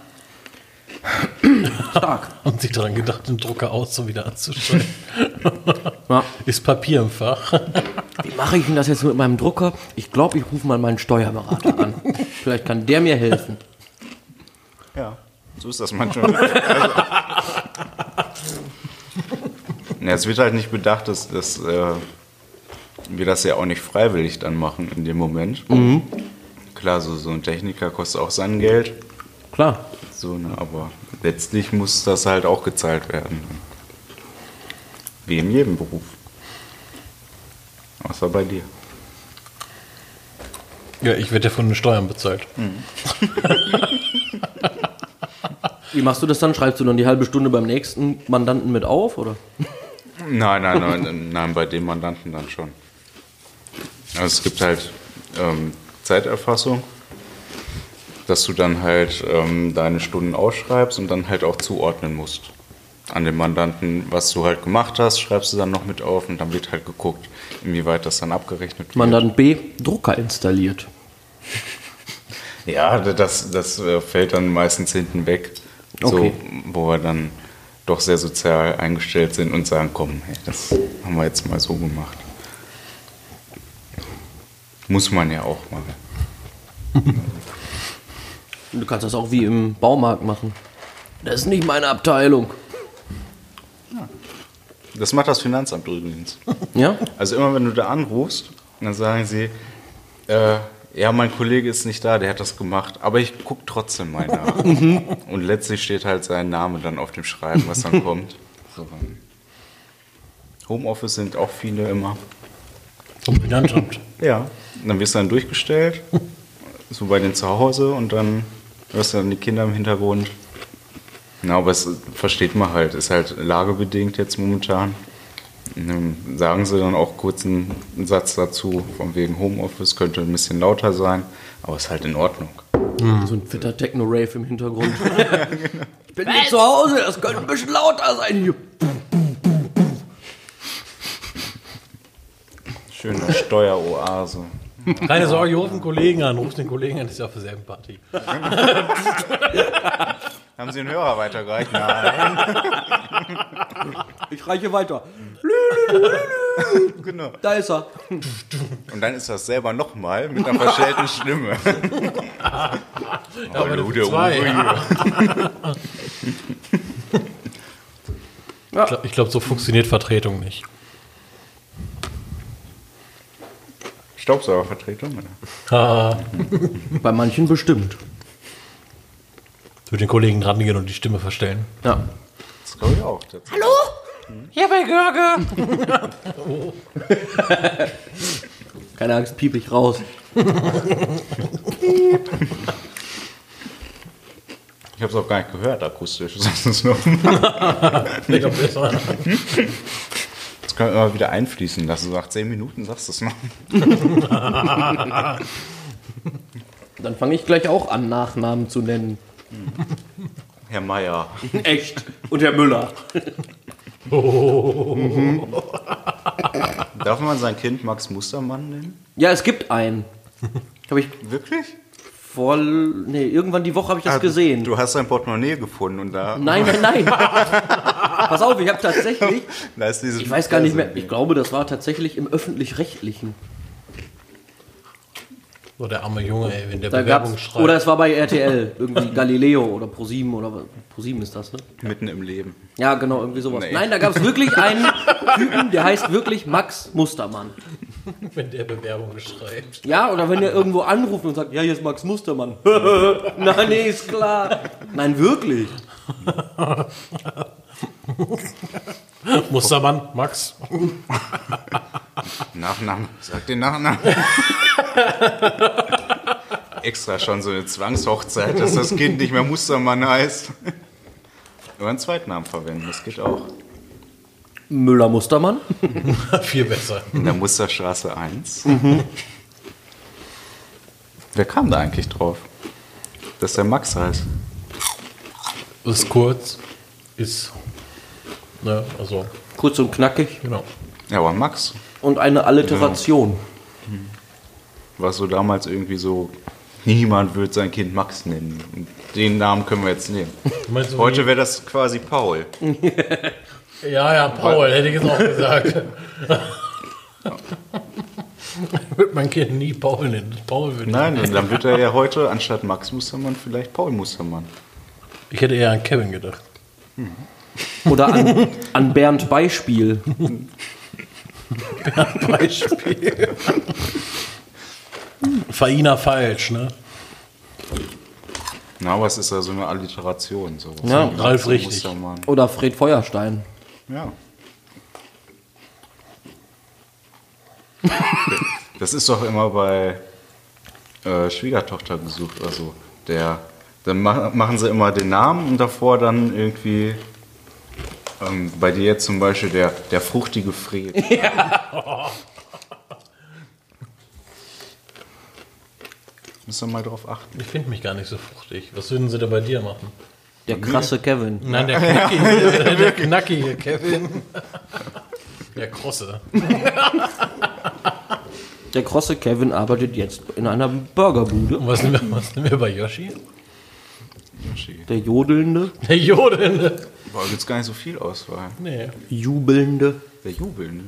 A: Stark.
B: Haben sie daran gedacht, den Drucker aus und wieder anzustellen?
A: Ja.
B: Ist Papier im Fach.
A: Wie mache ich denn das jetzt mit meinem Drucker? Ich glaube, ich rufe mal meinen Steuerberater an. Vielleicht kann der mir helfen.
C: Ja. So ist das manchmal. also, ja, es wird halt nicht bedacht, dass, dass äh, wir das ja auch nicht freiwillig dann machen in dem Moment. Klar, so, so ein Techniker kostet auch sein Geld.
A: Klar.
C: So, ne, aber letztlich muss das halt auch gezahlt werden. Wie in jedem Beruf. Außer bei dir.
B: Ja, ich werde ja von den Steuern bezahlt.
A: Wie machst du das dann? Schreibst du dann die halbe Stunde beim nächsten Mandanten mit auf? Oder?
C: Nein, nein, nein, nein, bei dem Mandanten dann schon. Also es gibt halt ähm, Zeiterfassung, dass du dann halt ähm, deine Stunden ausschreibst und dann halt auch zuordnen musst an den Mandanten, was du halt gemacht hast, schreibst du dann noch mit auf und dann wird halt geguckt, inwieweit das dann abgerechnet wird.
A: Mandant B, Drucker installiert.
C: Ja, das, das äh, fällt dann meistens hinten weg,
A: Okay.
C: so, wo wir dann doch sehr sozial eingestellt sind und sagen, komm, hey, das haben wir jetzt mal so gemacht. Muss man ja auch mal.
A: Und Du kannst das auch wie im Baumarkt machen. Das ist nicht meine Abteilung.
C: Das macht das Finanzamt übrigens.
A: Ja?
C: Also immer wenn du da anrufst, dann sagen sie, äh, ja, mein Kollege ist nicht da, der hat das gemacht, aber ich gucke trotzdem mal nach. und letztlich steht halt sein Name dann auf dem Schreiben, was dann kommt. So. ähm, Homeoffice sind auch viele immer.
B: Vom Finanzamt.
C: Ja. Und dann wirst du dann durchgestellt, so bei denen zu Hause und dann hörst du dann die Kinder im Hintergrund. Na, aber es versteht man halt, ist halt lagebedingt jetzt momentan. Ähm, Sagen sie dann auch kurz einen Satz dazu, von wegen Homeoffice könnte ein bisschen lauter sein, aber ist halt in Ordnung. Hm.
A: So ein fitter Techno-Rave im Hintergrund. ich bin hier zu Hause, das könnte ein bisschen lauter sein hier.
C: Schöne Steueroase.
B: Keine Sorge, ruf den Kollegen an, ruf den Kollegen an, ist ja auf derselben Party.
C: Haben Sie den Hörer weitergereicht? Nein.
A: Ich reiche weiter.
C: genau.
A: Da ist er.
C: Und dann ist das selber nochmal mit einer verstellten Stimme.
B: aber
C: Hallo,
B: das
C: der
B: zwei.
C: Uwe hier.
B: Ich glaube, glaub, so funktioniert Vertretung nicht.
C: Staubsaugervertretung? Oder?
B: Ah,
A: Bei manchen bestimmt.
B: Zu den Kollegen rangehen und die Stimme verstellen.
A: Ja.
C: Das glaube ich auch. Tatsächlich. Hallo?
B: Hier bei Görge!
A: Keine Angst, piep ich raus.
C: Ich habe es auch gar nicht gehört akustisch. Das ist nur- Das
B: Mega besser.
C: kann man immer wieder einfließen lassen. Nach zehn Minuten sagst du es noch.
A: Dann fange ich gleich auch an, Nachnamen zu nennen.
C: Herr Meier.
A: Echt. Und Herr Müller.
C: Darf man sein Kind Max Mustermann nennen?
A: Ja, es gibt einen. Habe ich
C: Wirklich?
A: vor. Nee, irgendwann die Woche habe ich das
C: Ah,
A: gesehen.
C: Du hast sein Portemonnaie gefunden und da,
A: Nein, nein, nein. Pass auf, ich habe tatsächlich.
C: da ist dieses.
A: Ich weiß gar nicht mehr. Ich glaube, das war tatsächlich im Öffentlich-Rechtlichen.
B: So der arme Junge, ey, wenn der
A: Da
B: Bewerbung
A: gab's,
B: schreibt.
A: oder es war bei RTL, irgendwie Galileo oder ProSieben oder was. ProSieben ist das, ne?
C: Mitten im Leben.
A: Ja, genau, irgendwie sowas.
C: Nee.
A: Nein, da gab es wirklich einen Typen, der heißt wirklich Max Mustermann.
B: wenn der Bewerbung schreibt.
A: Ja, oder wenn der irgendwo anruft und sagt, ja, hier ist Max Mustermann. Nein, nee, ist klar. Nein, wirklich.
B: Mustermann, Max.
C: Nachname. Sag den Nachnamen. Extra schon so eine Zwangshochzeit, dass das Kind nicht mehr Mustermann heißt. Oder einen Zweitnamen verwenden, das geht auch.
A: Müller Mustermann?
B: Viel besser.
C: In der Musterstraße 1. Wer kam da eigentlich drauf? Dass der Max heißt.
B: Ist kurz. Ist. Ne, also,
A: Kurz und knackig.
B: genau.
C: Ja, aber Max
A: Und eine Alliteration.
C: war so damals irgendwie so, niemand wird sein Kind Max nennen. Und den Namen können wir jetzt nehmen.
B: Du meinst so
C: Heute wäre das quasi Paul.
B: wie- Ja, ja, Paul, hätte ich jetzt auch gesagt. Wird mein Kind nie Paul nennen. Paul würde
C: Nein, und dann wird er ja heute anstatt Max Mustermann vielleicht Paul Mustermann.
B: Ich hätte eher an Kevin gedacht.
A: Oder an, an Bernd Beispiel.
B: Beispiel. Faina falsch, ne?
C: Na, aber es ist ja so eine Alliteration. So.
A: Ja,
C: So,
B: Ralf richtig.
C: Mustermann.
A: Oder Fred Feuerstein.
C: Ja. Das ist doch immer bei äh, Schwiegertochter gesucht, also der. Dann ma machen sie immer den Namen und davor dann irgendwie. Ähm, bei dir jetzt zum Beispiel der, der fruchtige Fred. Müssen wir mal drauf achten.
B: Ich finde mich gar nicht so fruchtig. Was würden sie da bei dir machen?
A: Der krasse Kevin.
B: Nein, der knackige, der knackige Kevin. Der krosse.
A: Der krasse Kevin arbeitet jetzt in einer Burgerbude.
B: Und was nehmen wir, was nehmen wir bei Yoshi?
A: Der jodelnde,
B: Der Jodelnde.
C: Da gibt es gar nicht so viel Auswahl.
B: Nee.
A: jubelnde.
C: Der Jubel, ne?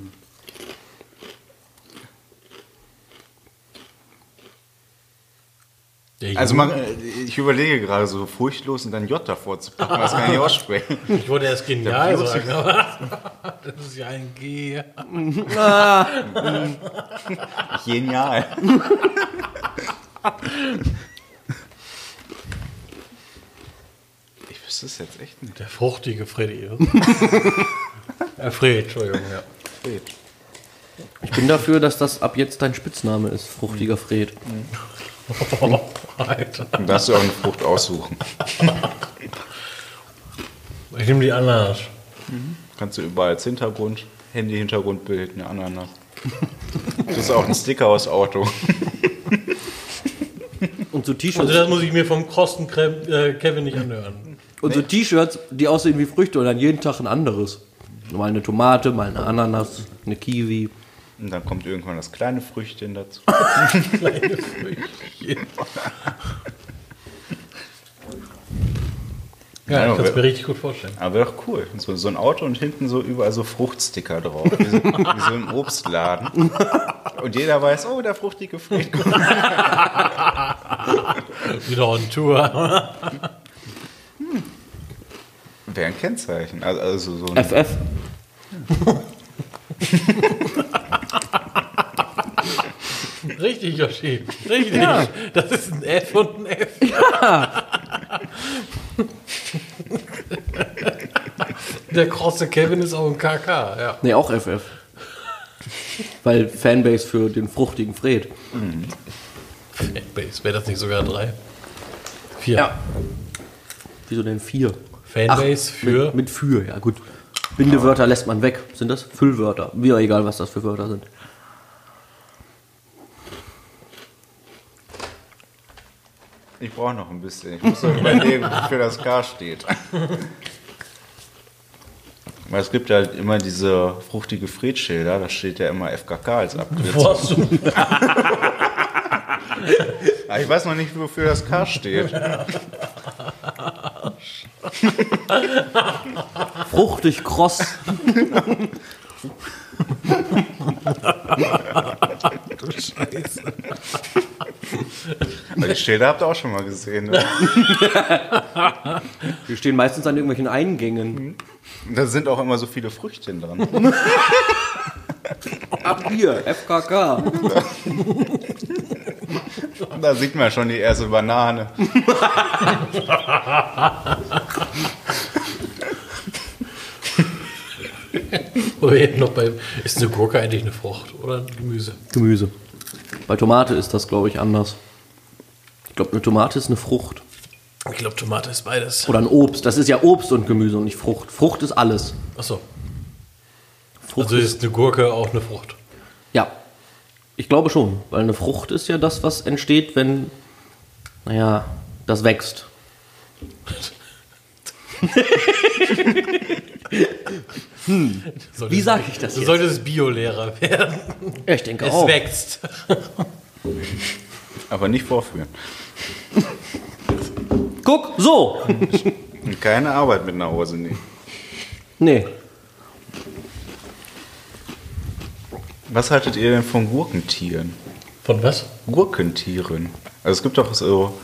B: Der
C: Also man, äh, ich überlege gerade so furchtlos und dann J davor zu packen, das kann ich aussprechen.
B: Jubel. ich wollte erst genial
C: Der Yoshi.
B: sagen, aber das ist ja ein G.
C: Genial. Ich wüsste es jetzt echt nicht.
B: Der fruchtige Freddy. Äh, Fred, Entschuldigung, ja.
C: Fred.
A: Ich bin dafür, dass das ab jetzt dein Spitzname ist, fruchtiger Fred.
B: Oh, Alter.
C: Dann darfst du auch eine Frucht aussuchen.
B: Ich nehme die Ananas.
C: Kannst du überall als Hintergrund, Handy-Hintergrundbild, eine Ananas. Das ist auch ein Sticker aus Auto.
A: Und so
B: Also
A: T-Shirts,
B: das muss ich mir vom Kosten äh, Kevin nicht anhören.
A: und so T-Shirts, die aussehen wie Früchte und dann jeden Tag ein anderes. Mal eine Tomate, mal eine Ananas, eine Kiwi.
C: Und dann kommt irgendwann das kleine Früchtchen dazu.
B: Kleine Früchtchen. Ja,
C: Ja,
B: ich kann es
C: aber-
B: mir richtig gut vorstellen.
C: Aber wäre doch cool. So, so ein Auto und hinten so überall so Fruchtsticker drauf. Wie so, wie so im Obstladen. Und jeder weiß, oh, der fruchtige Fried.
B: Wieder on Tour.
C: Wäre ein Kennzeichen. Also, also so ein,
A: FF.
B: Richtig, Yoshi. Richtig. Das ist ein F und ein F. Der krosse Kevin ist auch ein KK, ja.
A: Nee, auch FF. Weil Fanbase für den fruchtigen Fred.
B: Fanbase, wäre das nicht sogar drei? Vier.
A: Wieso denn vier?
B: Fanbase für.
A: Mit, mit für, ja gut. Bindewörter lässt man weg. Sind das Füllwörter? Mir egal, was das für Wörter sind.
C: ich brauche noch ein bisschen. Ich muss doch überlegen, wofür das K steht. Weil es gibt ja halt immer diese fruchtige Fried-Schilder. Da steht ja immer FKK als Abkürzung.
B: Boah, super.
C: Aber Ich weiß noch nicht, wofür das K steht.
A: Fruchtig kross.
C: Weil die Schilder habt ihr auch schon mal gesehen. Ne?
A: Die stehen meistens an irgendwelchen Eingängen.
C: Und Da sind auch immer so viele Früchtchen dran.
A: Ach hier, FKK.
C: Da sieht man schon die erste Banane.
B: Wo Oh, wir eben noch bei, ist eine Gurke eigentlich eine Frucht oder ein Gemüse?
A: Gemüse. Bei Tomate ist das, glaube ich, anders. Ich glaube, eine Tomate ist eine Frucht.
B: Ich glaube, Tomate ist beides.
A: Oder ein Obst. Das ist ja Obst und Gemüse und nicht Frucht. Frucht ist alles.
B: Achso.
A: Frucht
B: Also
A: ist,
B: ist eine Gurke auch eine Frucht.
A: ja. Ich glaube schon. Weil eine Frucht ist ja das, was entsteht, wenn, naja, das wächst.
B: Solltest-
A: Wie sage ich das
B: Du
A: jetzt? Oh.
B: solltest Biolehrer werden.
A: Ja, ich denke
B: Es
A: auch.
B: wächst.
C: Aber nicht vorführen.
A: Guck, so.
C: Und keine Arbeit mit nach Hause nehmen.
A: nee.
C: Was haltet ihr denn von Gurkentieren?
B: Von was?
C: Gurkentieren. Also es gibt doch so.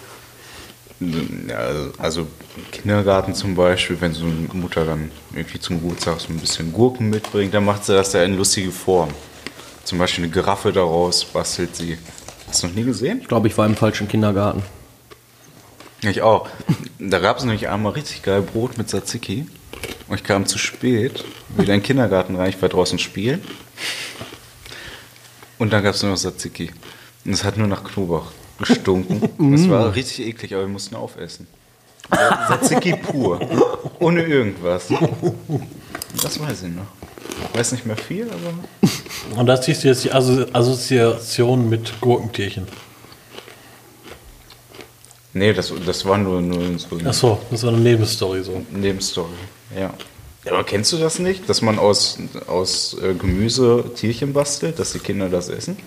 C: ja, Also im Kindergarten zum Beispiel, wenn so eine Mutter dann irgendwie zum Geburtstag so ein bisschen Gurken mitbringt, dann macht sie das ja in lustige Form. Zum Beispiel eine Giraffe daraus bastelt sie. Hast du noch nie gesehen?
A: Ich glaube, ich war im falschen Kindergarten.
C: Ich auch. Da gab es nämlich einmal richtig geil Brot mit Tzatziki. Und ich kam zu spät wieder in den Kindergarten rein. Ich war draußen spielen. Und dann gab es nur noch Tzatziki. Und es hat nur nach Knoblauch gestunken. es war richtig eklig, aber wir mussten aufessen. Tzatziki pur. Ohne irgendwas. Das weiß ich noch. Ich weiß nicht mehr viel, aber
B: Und da ziehst du jetzt die Asso- Assoziation mit Gurkentierchen.
C: Nee, das, das war nur, nur so eine
B: Achso, das war eine Nebenstory so.
C: Nebenstory. Ja. Aber kennst du das nicht, dass man aus, aus äh, Gemüse Tierchen bastelt, dass die Kinder das essen?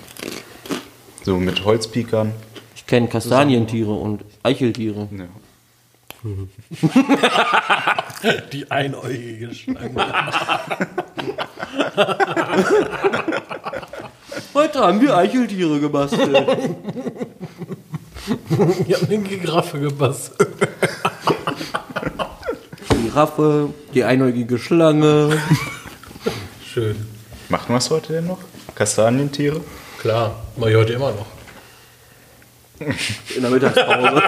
C: So mit Holzpikern.
A: Ich kenne Kastanientiere und Eicheltiere.
C: Ja.
B: Die einäugige Schlange.
A: Heute haben wir Eicheltiere gebastelt.
B: Die haben eine Giraffe gebastelt.
A: Die Raffe, die einäugige Schlange.
B: Schön.
C: Macht man es heute denn noch? Kastanientiere?
B: Klar, mach ich heute immer noch.
A: In der Mittagspause.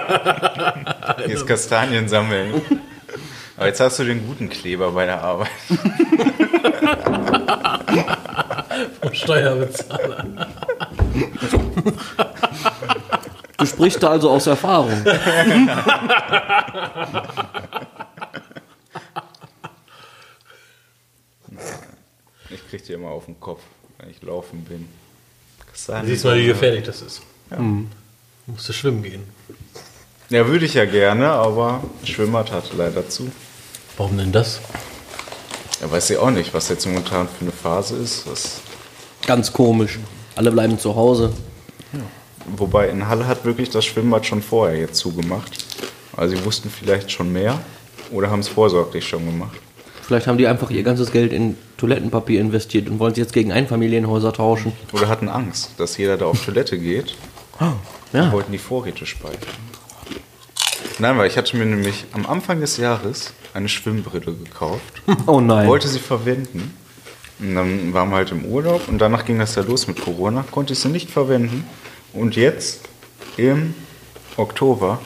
C: Jetzt Kastanien sammeln. Aber jetzt hast du den guten Kleber bei der Arbeit.
B: Vom Steuerbezahler.
A: Du sprichst da also aus Erfahrung.
C: hier immer auf dem Kopf, wenn ich laufen bin.
B: Da siehst du mal, wie gefährlich das ist. Du musst du schwimmen gehen.
C: Ja, würde ich ja gerne, aber Schwimmbad hatte leider zu.
B: Warum denn das?
C: Ja, weiß ich auch nicht, was jetzt momentan für eine Phase ist. Das,
A: Ganz komisch. Alle bleiben zu Hause.
C: wobei in Halle hat wirklich das Schwimmbad schon vorher jetzt zugemacht. Also sie wussten vielleicht schon mehr oder haben es vorsorglich schon gemacht.
A: Vielleicht haben die einfach ihr ganzes Geld in Toilettenpapier investiert und wollen es jetzt gegen Einfamilienhäuser tauschen.
C: Oder hatten Angst, dass jeder da auf Toilette geht
A: Ja.
C: wollten die Vorräte speichern. Nein, weil ich hatte mir nämlich am Anfang des Jahres eine Schwimmbrille gekauft,
A: Oh nein.
C: wollte sie verwenden. Und dann waren wir halt im Urlaub und danach ging das ja los mit Corona, konnte ich sie nicht verwenden. Und jetzt, im Oktober,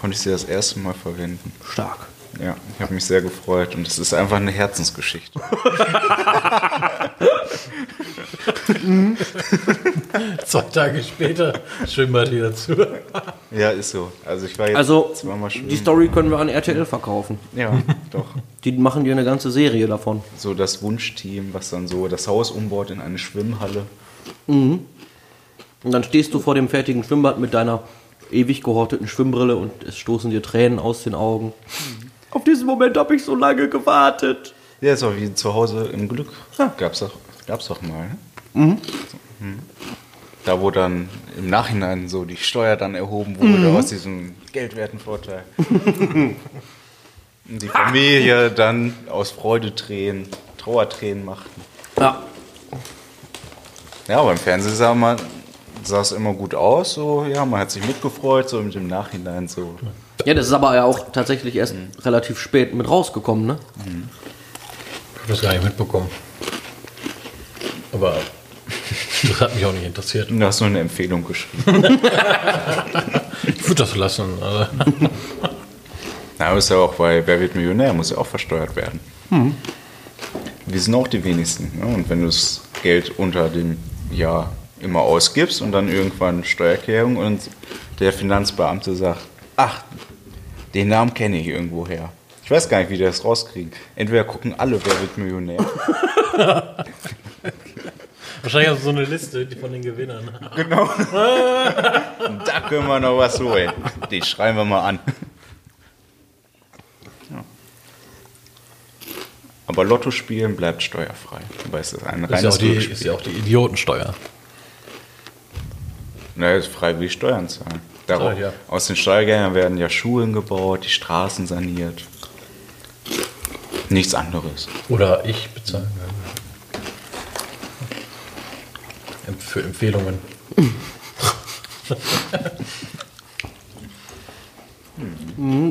C: konnte ich sie das erste Mal verwenden.
A: Stark.
C: Ja, ich habe mich sehr gefreut und es ist einfach eine Herzensgeschichte.
B: Zwei Tage später Schwimmbad wieder zu.
C: Ja, ist so. Also ich war jetzt
A: Also,
C: zweimal schwimmen.
A: die Story können wir an RTL verkaufen.
C: Ja, doch.
A: Die machen dir eine ganze Serie davon.
C: so das Wunschteam, was dann so das Haus umbaut in eine Schwimmhalle.
A: Und dann stehst du vor dem fertigen Schwimmbad mit deiner ewig gehorteten Schwimmbrille und es stoßen dir Tränen aus den Augen. Mhm. Auf diesen Moment habe ich so lange gewartet.
C: Ja, ist auch wie zu Hause im Glück. Gab's doch, gab's doch mal. Ne? So, mhm. Da, wo dann im Nachhinein so die Steuer dann erhoben
A: Mhm.
C: wurde aus diesem Geldwertenvorteil. Und die Familie dann aus Freudetränen, Trauertränen machten.
A: Ja,
C: Ja, aber im Fernsehen sah man, sah es immer gut aus. So, ja, man hat sich mitgefreut, so mit dem Nachhinein so.
A: ja das ist aber ja auch tatsächlich erst relativ spät mit rausgekommen, ne?
B: Ich habe das gar nicht mitbekommen. Aber das hat mich auch nicht interessiert.
C: Du hast nur eine Empfehlung geschrieben.
B: Ich würde das lassen. Also,
C: Na, aber ist ja auch, weil Wer wird Millionär muss ja auch versteuert werden. Wir sind auch die wenigsten. Ne? Und wenn du das Geld unter dem Jahr immer ausgibst und dann irgendwann Steuererklärung und der Finanzbeamte sagt, ach, den Namen kenne ich irgendwoher. Ich weiß gar nicht, wie die das rauskriegen. Entweder gucken alle, wer wird Millionär.
B: wahrscheinlich hast du so eine Liste die von den Gewinnern.
C: Genau. da können wir noch was holen. Den schreiben wir mal an. Ja. Aber Lotto spielen bleibt steuerfrei. Wobei es ist ein
B: Das ist ja, auch
C: reines
B: die,
C: Glücksspiel.
B: ist ja auch die Idiotensteuer.
C: Naja, ist frei wie Steuern zahlen. Darauf,
B: Ja, ja.
C: Aus den Steuergeldern werden ja Schulen gebaut, die Straßen saniert. Nichts anderes.
B: Oder ich bezahlen. Emp- Für Empfehlungen.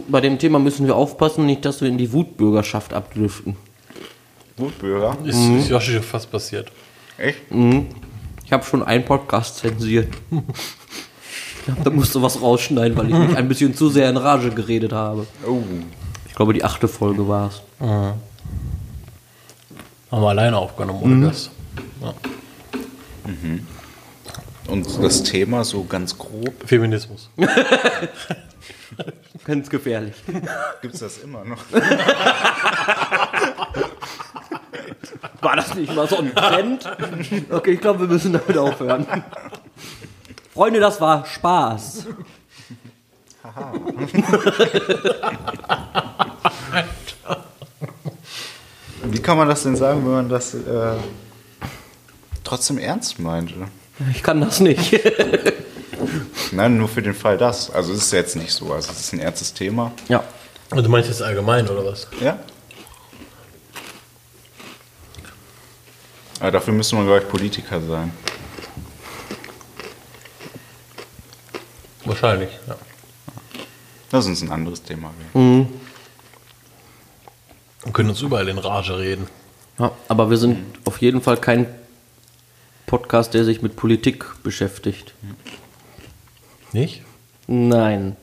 A: Bei dem Thema müssen wir aufpassen, nicht, dass wir in die Wutbürgerschaft abdriften.
C: Gut, Bürger.
B: Ist, ist Yoshi schon fast passiert.
C: Echt?
B: Hm.
A: Ich habe schon einen Podcast zensiert. da musste was rausschneiden, weil ich mich ein bisschen zu sehr in Rage geredet habe.
C: Oh.
A: Ich glaube, die achte Folge war es.
B: Haben wir alleine aufgenommen ohne Gast. Ja.
C: Und das Thema so ganz grob.
B: Feminismus.
A: Ganz gefährlich.
C: Gibt es das immer noch?
A: War das nicht mal so ein Trend? Okay, ich glaube, wir müssen damit aufhören. Freunde, das war Spaß.
C: Wie kann man das denn sagen, wenn man das äh, trotzdem ernst meint? oder?
A: Ich kann das nicht.
C: Nein, nur für den Fall das. Also es ist jetzt nicht so. Also es ist ein ernstes Thema.
A: Ja.
B: Und du Also meinst jetzt allgemein oder was?
C: Ja. Aber dafür müsste man, glaube ich, Politiker sein.
B: Wahrscheinlich. Ja.
C: Lass uns ein anderes Thema wählen.
B: Wir können uns überall in Rage reden.
A: ja. Aber wir sind auf jeden Fall kein Podcast, der sich mit Politik beschäftigt.
B: Nicht?
A: Nein.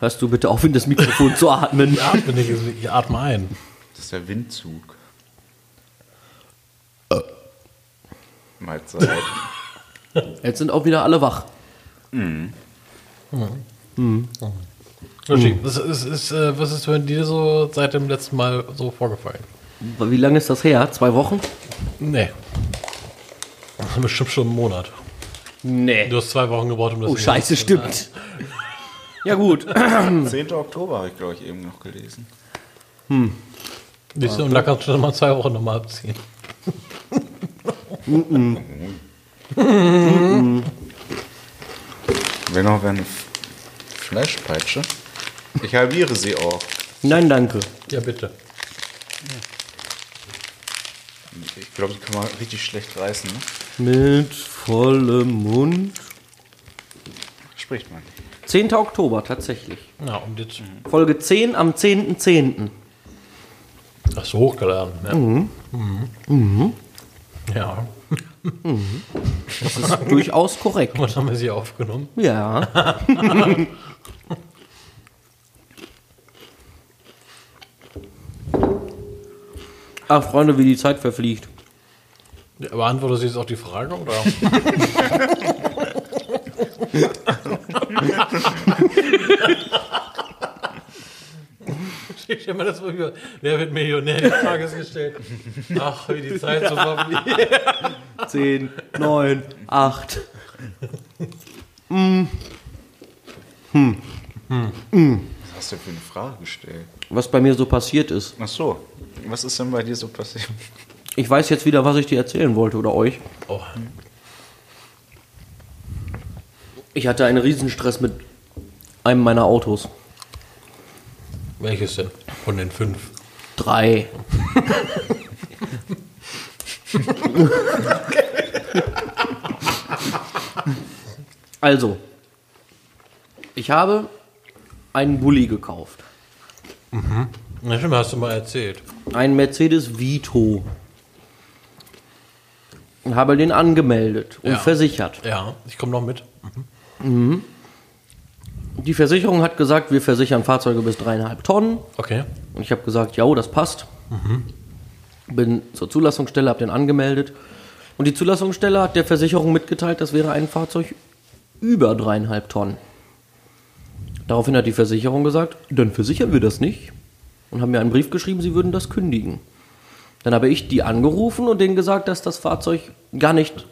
A: Hörst du bitte auf, in das Mikrofon zu atmen?
B: Ich atme, nicht, ich atme ein.
C: Das ist der Windzug. Äh. Mahlzeit.
A: Jetzt sind auch wieder alle wach.
B: Yoshi, was, ist, ist, äh, was ist bei dir so seit dem letzten Mal so vorgefallen?
A: Wie lange ist das her? Zwei Wochen?
B: Nee. Das ist bestimmt schon einen Monat.
A: Nee.
B: Du hast zwei Wochen gebraucht, um das
A: Oh,
B: hier
A: scheiße,
B: rauszufinden.
A: stimmt. Ja gut,
C: 10. Oktober habe ich, glaube ich, eben noch gelesen.
B: Siehst du, Und da kannst du dann mal zwei Wochen nochmal abziehen.
C: Wenn auch eine Fleischpeitsche. Ich halbiere sie auch.
A: nein, danke.
B: Ja, bitte.
C: Ich glaube, die kann man richtig schlecht reißen. Ne?
A: Mit vollem Mund.
C: Spricht man.
A: 10. Oktober tatsächlich.
B: Na, um und jetzt
A: Folge 10 am 10.10.
B: hast du hochgeladen. Ja. Mhm. Ja.
A: Das ist durchaus korrekt.
B: Und haben wir sie aufgenommen.
A: Ja. Ach, Freunde, wie die Zeit verfliegt.
B: Ja, Beantwortest du jetzt auch die Frage, oder? Ich stelle mir das vor, wie- wer wird Millionär des Tages gestellt? Ach, wie die Zeit so verfliegt.
A: 10, 9, 8.
C: Was hast du für eine Frage gestellt?
A: Was bei mir so passiert ist.
C: Ach so. Was ist denn bei dir so passiert?
A: Ich weiß jetzt wieder, was ich dir erzählen wollte oder euch.
B: Oh,
A: Ich hatte einen Riesenstress mit einem meiner Autos.
B: welches denn? Von den fünf.
A: Drei. also, ich habe einen Bulli gekauft.
B: Na stimmt, hast du mal erzählt.
A: Einen Mercedes Vito. Und habe den angemeldet und
B: Ja.
A: versichert.
B: Ja, ich komme noch mit.
A: Die Versicherung hat gesagt, wir versichern Fahrzeuge bis dreieinhalb Tonnen.
B: Okay.
A: Und ich habe gesagt, ja, oh, das passt. Bin zur Zulassungsstelle, habe den angemeldet. Und die Zulassungsstelle hat der Versicherung mitgeteilt, das wäre ein Fahrzeug über dreieinhalb Tonnen. Daraufhin hat die Versicherung gesagt, dann versichern wir das nicht. Und haben mir einen Brief geschrieben, sie würden das kündigen. Dann habe ich die angerufen und denen gesagt, dass das Fahrzeug gar nicht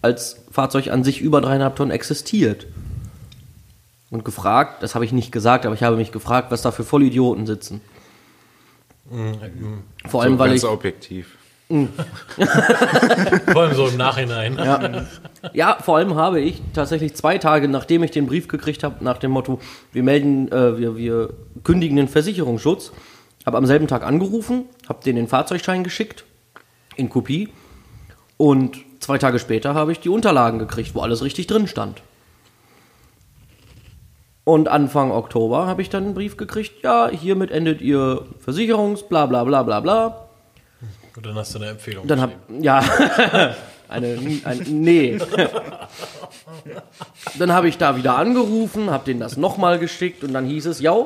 A: als Fahrzeug an sich über dreieinhalb Tonnen existiert. Und gefragt, das habe ich nicht gesagt, aber ich habe mich gefragt, was da für Vollidioten sitzen. Vor allem,
C: Mhm. so,
A: weil
C: ganz
A: ich.
C: objektiv.
B: Vor allem so im Nachhinein.
A: Ja. ja, vor allem habe ich tatsächlich zwei Tage, nachdem ich den Brief gekriegt habe, nach dem Motto, wir melden, äh, wir, wir kündigen den Versicherungsschutz, habe am selben Tag angerufen, habe denen den Fahrzeugschein geschickt, in Kopie, und zwei Tage später habe ich die Unterlagen gekriegt, wo alles richtig drin stand. Und Anfang Oktober habe ich dann einen Brief gekriegt, ja, hiermit endet ihr Versicherungs, bla bla bla bla bla.
B: Und dann hast du eine Empfehlung.
A: Dann hab,
B: geschrieben.
A: ja, eine, ein, nee. dann habe ich da wieder angerufen, habe denen das nochmal geschickt und dann hieß es, ja,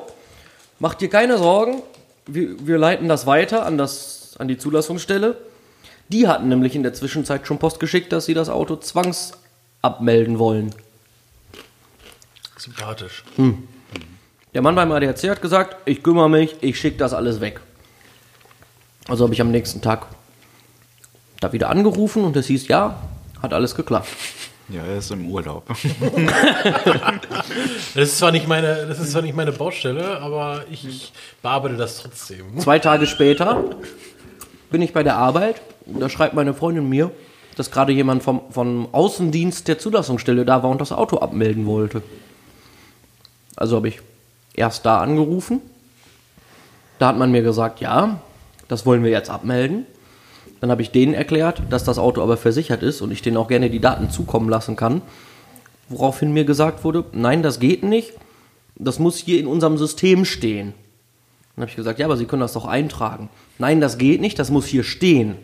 A: mach dir keine Sorgen, wir, wir leiten das weiter an, das, an die Zulassungsstelle. Die hatten nämlich in der Zwischenzeit schon Post geschickt, dass sie das Auto zwangsabmelden wollen.
B: Sympathisch.
A: Der Mann beim ADAC hat gesagt, ich kümmere mich, ich schicke das alles weg. Also habe ich am nächsten Tag da wieder angerufen und es hieß, ja, hat alles geklappt.
C: Ja, er ist im Urlaub.
B: Das ist zwar nicht meine, das ist zwar nicht meine Baustelle, aber ich, ich bearbeite das trotzdem.
A: Zwei Tage später bin ich bei der Arbeit. Da schreibt meine Freundin mir, dass gerade jemand vom, vom Außendienst der Zulassungsstelle da war und das Auto abmelden wollte. Also habe ich erst da angerufen. Da hat man mir gesagt, ja, das wollen wir jetzt abmelden. Dann habe ich denen erklärt, dass das Auto aber versichert ist und ich denen auch gerne die Daten zukommen lassen kann. Woraufhin mir gesagt wurde, nein, das geht nicht. Das muss hier in unserem System stehen. Dann habe ich gesagt, ja, aber Sie können das doch eintragen. Nein, das geht nicht, das muss hier stehen. Hm.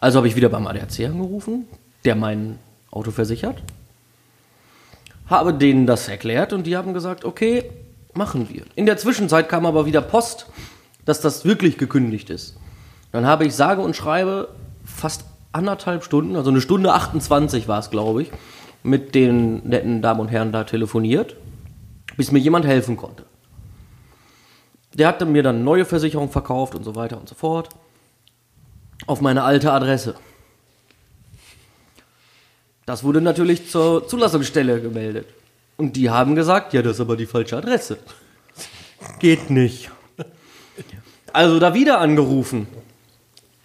A: Also habe ich wieder beim ADAC angerufen, der mein Auto versichert. Habe denen das erklärt und die haben gesagt, okay, machen wir. In der Zwischenzeit kam aber wieder Post, dass das wirklich gekündigt ist. Dann habe ich sage und schreibe fast anderthalb Stunden, also eine Stunde 28 war es, glaube ich, mit den netten Damen und Herren da telefoniert bis mir jemand helfen konnte. Der hatte mir dann neue Versicherung verkauft und so weiter und so fort. Auf meine alte Adresse. Das wurde natürlich zur Zulassungsstelle gemeldet. Und die haben gesagt, ja, das ist aber die falsche Adresse. Geht nicht. Also da wieder angerufen.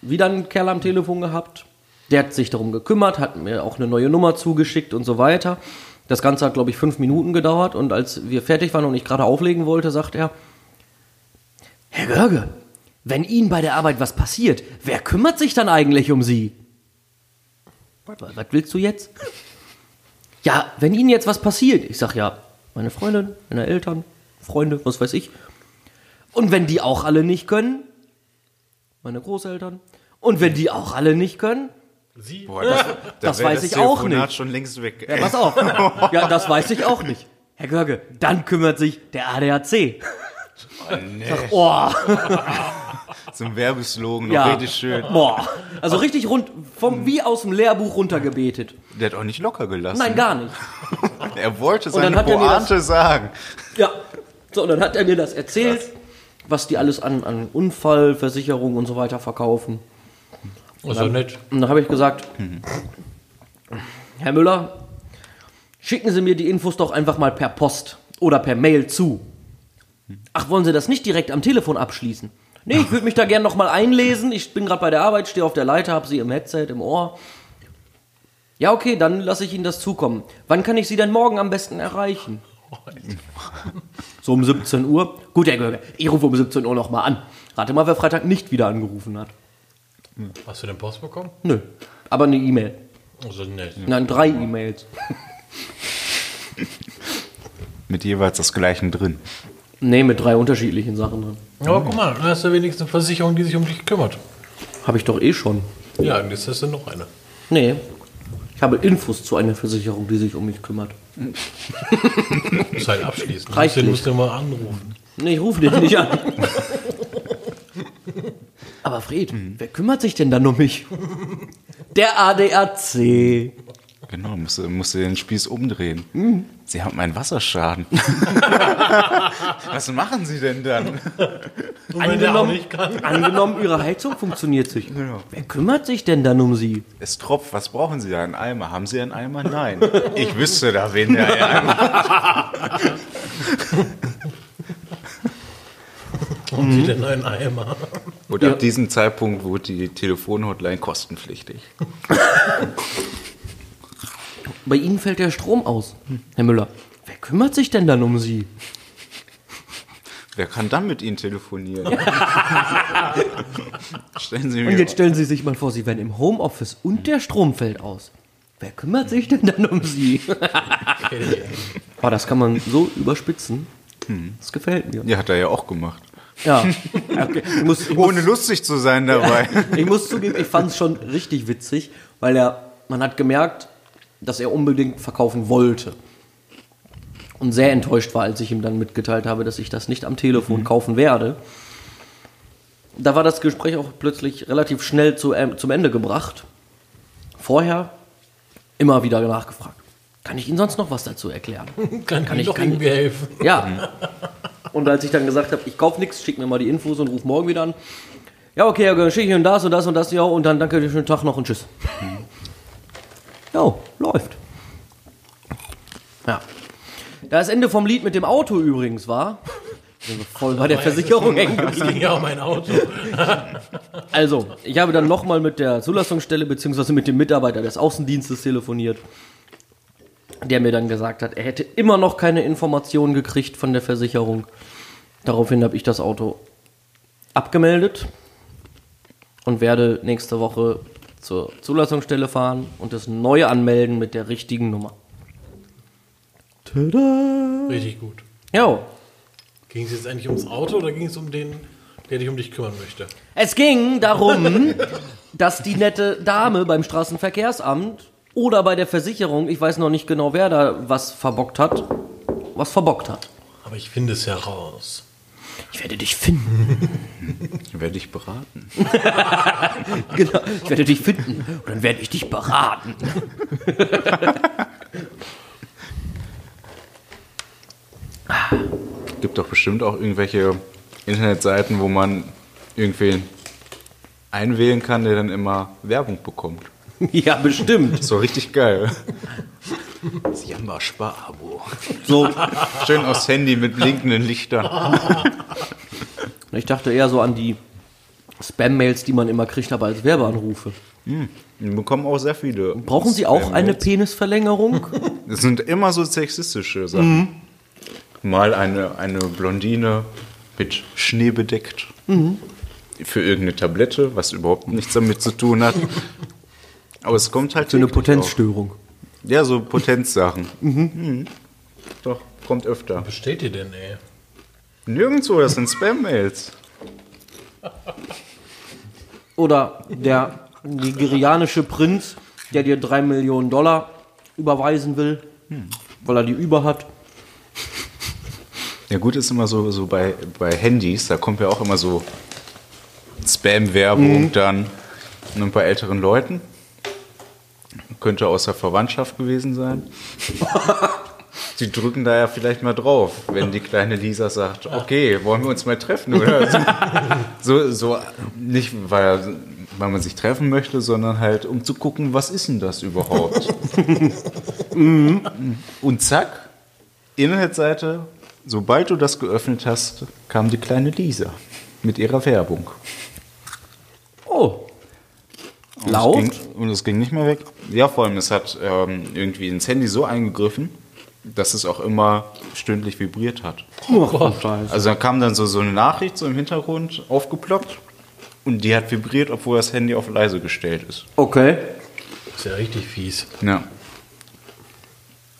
A: Wieder einen Kerl am Telefon gehabt. Der hat sich darum gekümmert, hat mir auch eine neue Nummer zugeschickt und so weiter. Das Ganze hat, glaube ich, fünf Minuten gedauert. Und als wir fertig waren und ich gerade auflegen wollte, sagt er, Herr Görge, wenn Ihnen bei der Arbeit was passiert, wer kümmert sich dann eigentlich um Sie? Was was willst du jetzt? Ja, wenn Ihnen jetzt was passiert, ich sag ja, meine Freundin, meine Eltern, Freunde, was weiß ich. Und wenn die auch alle nicht können, meine Großeltern. Und wenn die auch alle nicht können,
B: Sie?
C: Boah, das,
A: Das
C: wär
A: weiß ich auch
C: Telefonat
A: nicht.
C: schon längst weg.
A: ja, pass auf. Ja, das weiß ich auch nicht. Herr Görge, dann kümmert sich der ADAC.
C: Nee,
A: Oh,
C: so ein Werbeslogan, noch
A: ja.
C: richtig schön.
A: Boah. Also richtig rund, vom, wie aus dem Lehrbuch runtergebetet.
C: Der hat auch nicht locker gelassen.
A: Nein, gar nicht.
C: Er wollte
A: dann
C: seine
A: hat er mir das-
C: Pointe sagen.
A: Ja. So, und dann hat er mir das erzählt, was die alles an, an Unfallversicherung und so weiter verkaufen.
B: Ist ja nett.
A: Und dann habe ich gesagt, Herr Müller, schicken Sie mir die Infos doch einfach mal per Post oder per Mail zu. Ach, wollen Sie das nicht direkt am Telefon abschließen? Nee, ich würde mich da gerne nochmal einlesen. Ich bin gerade bei der Arbeit, stehe auf der Leiter, habe Sie im Headset, im Ohr. Ja, okay, dann lasse ich Ihnen das zukommen. Wann kann ich Sie denn morgen am besten erreichen? So um 17 Uhr. Gut, Herr Görger, ich rufe um 17 Uhr nochmal an. Rate mal, wer Freitag nicht wieder angerufen hat.
B: Hast du den Post bekommen?
A: Nö, aber eine E-Mail.
B: Also nett.
A: Nein, drei E-Mails.
C: Mit jeweils das Gleiche drin.
A: Nee, mit drei unterschiedlichen Sachen drin.
B: Aber guck mal, da hast du wenigstens eine Versicherung, die sich um dich kümmert.
A: Habe ich doch eh schon.
B: Ja, und jetzt hast du noch eine.
A: Nee. Ich habe Infos zu einer Versicherung, die sich um mich kümmert.
B: Muss halt abschließen.
A: Reicht
B: Reicht den
A: nicht.
B: musst du mal anrufen.
A: Nee, ich rufe dich nicht an. Aber Fred,
B: Mhm.
A: wer kümmert sich denn dann um mich? Der ADAC.
C: Genau, musste, musste den Spieß umdrehen.
A: Mhm.
C: Sie haben einen Wasserschaden. Was machen Sie denn dann?
B: Und wenn der auch nicht kann.
A: angenommen, Ihre Heizung funktioniert sich. Wer kümmert sich denn dann um Sie?
C: Es tropft. Was brauchen Sie da? Einen Eimer? Haben Sie einen Eimer? Nein. Ich wüsste da, wen der Eimer.
B: Und sie denn einen Eimer?
C: Und ab diesem Zeitpunkt wurde die Telefonhotline kostenpflichtig.
A: Bei Ihnen fällt der Strom aus,
B: Hm.
A: Herr Müller. Wer kümmert sich denn dann um Sie?
C: Wer kann dann mit Ihnen telefonieren? Stellen Sie mir
A: Und jetzt stellen Sie sich mal vor, Sie wären im Homeoffice und der Strom fällt aus. Wer kümmert sich denn dann um Sie? oh, das kann man so überspitzen. Das gefällt mir.
C: Ja, hat er ja auch gemacht.
A: Ja. Okay. Ich, muss, ich, muss,
C: Ohne lustig zu sein dabei.
A: ich muss zugeben, ich fand es schon richtig witzig, weil er, man hat gemerkt, dass er unbedingt verkaufen wollte. Und sehr enttäuscht war, als ich ihm dann mitgeteilt habe, dass ich das nicht am Telefon kaufen werde. Da war das Gespräch auch plötzlich relativ schnell zu, ähm, zum Ende gebracht. Vorher immer wieder nachgefragt. Kann ich Ihnen sonst noch was dazu erklären?
B: Kann, kann
A: ich-
B: ich doch
A: kann
B: irgendwie helfen.
A: Ja. Und als ich dann gesagt habe, ich kaufe nichts, schick mir mal die Infos und ruf morgen wieder an. Ja, okay, Herr Göring, schick ich und das und das und das, ja, und dann danke, schönen Tag noch und tschüss. Ja, läuft. Ja. Das Ende vom Lied mit dem Auto übrigens war, sind wir voll bei der Versicherung hängen geblieben.
B: Das ging ja um mein Auto.
A: Also, ich habe dann nochmal mit der Zulassungsstelle bzw. mit dem Mitarbeiter des Außendienstes telefoniert, der mir dann gesagt hat, er hätte immer noch keine Informationen gekriegt von der Versicherung. Daraufhin habe ich das Auto abgemeldet und werde nächste Woche zur Zulassungsstelle fahren und es neu anmelden mit der richtigen Nummer. Tada!
B: Richtig gut.
A: Jo,
B: Ging es jetzt eigentlich ums Auto oder ging es um den, der dich um dich kümmern möchte?
A: Es ging darum, dass die nette Dame beim Straßenverkehrsamt oder bei der Versicherung, ich weiß noch nicht genau, wer da was verbockt hat, was verbockt hat.
B: Aber ich finde es heraus.
A: Ich werde dich finden.
C: Werde ich beraten.
A: Genau. Ich werde dich finden. Und dann werde ich dich beraten.
C: Gibt doch bestimmt auch irgendwelche Internetseiten, wo man irgendwen einwählen kann, der dann immer Werbung bekommt.
A: Ja, bestimmt.
C: So richtig geil. Das Jamba Spar-Abo.
A: So.
C: Schön aufs Handy mit blinkenden Lichtern.
A: Ich dachte eher so an die Spam-Mails, die man immer kriegt, aber als Werbeanrufe.
C: Wir bekommen auch sehr viele.
A: Brauchen Sie auch eine
C: P
A: Penisverlängerung?
C: Das sind immer so sexistische Sachen.
A: Mhm.
C: Mal eine, eine Blondine mit Schnee bedeckt.
A: Mhm.
C: Für irgendeine Tablette, was überhaupt nichts damit zu tun hat. Aber es kommt halt
A: So eine
C: täglich auf.
A: Potenzstörung.
C: Ja, so Potenzsachen. Mhm. Doch, kommt öfter.
B: Was steht ihr denn, ey?
C: Nirgendwo, das sind Spam-Mails.
A: Oder der nigerianische Prinz, der dir drei Millionen Dollar überweisen will, weil er die über hat.
C: Ja, gut ist immer so, so bei, bei Handys, da kommt ja auch immer so Spam-Werbung dann. Und bei älteren Leuten. Könnte aus der Verwandtschaft gewesen sein. Die drücken da ja vielleicht mal drauf, wenn die kleine Lisa sagt, okay, wollen wir uns mal treffen oder so. So, so nicht, weil, weil man sich treffen möchte, sondern halt, um zu gucken, was ist denn das überhaupt? Und zack, Internetseite, sobald du das geöffnet hast, kam die kleine Lisa mit ihrer Werbung.
A: Oh.
C: Und
A: Laut?
C: es ging, und es ging nicht mehr weg. Ja, vor allem, es hat ähm, irgendwie ins Handy so eingegriffen, dass es auch immer stündlich vibriert hat.
A: Ach, du Scheiße.
C: Also da kam dann so, so eine Nachricht so im Hintergrund aufgeploppt und die hat vibriert, obwohl das Handy auf leise gestellt ist.
A: Okay.
B: Ist ja richtig fies.
C: Ja.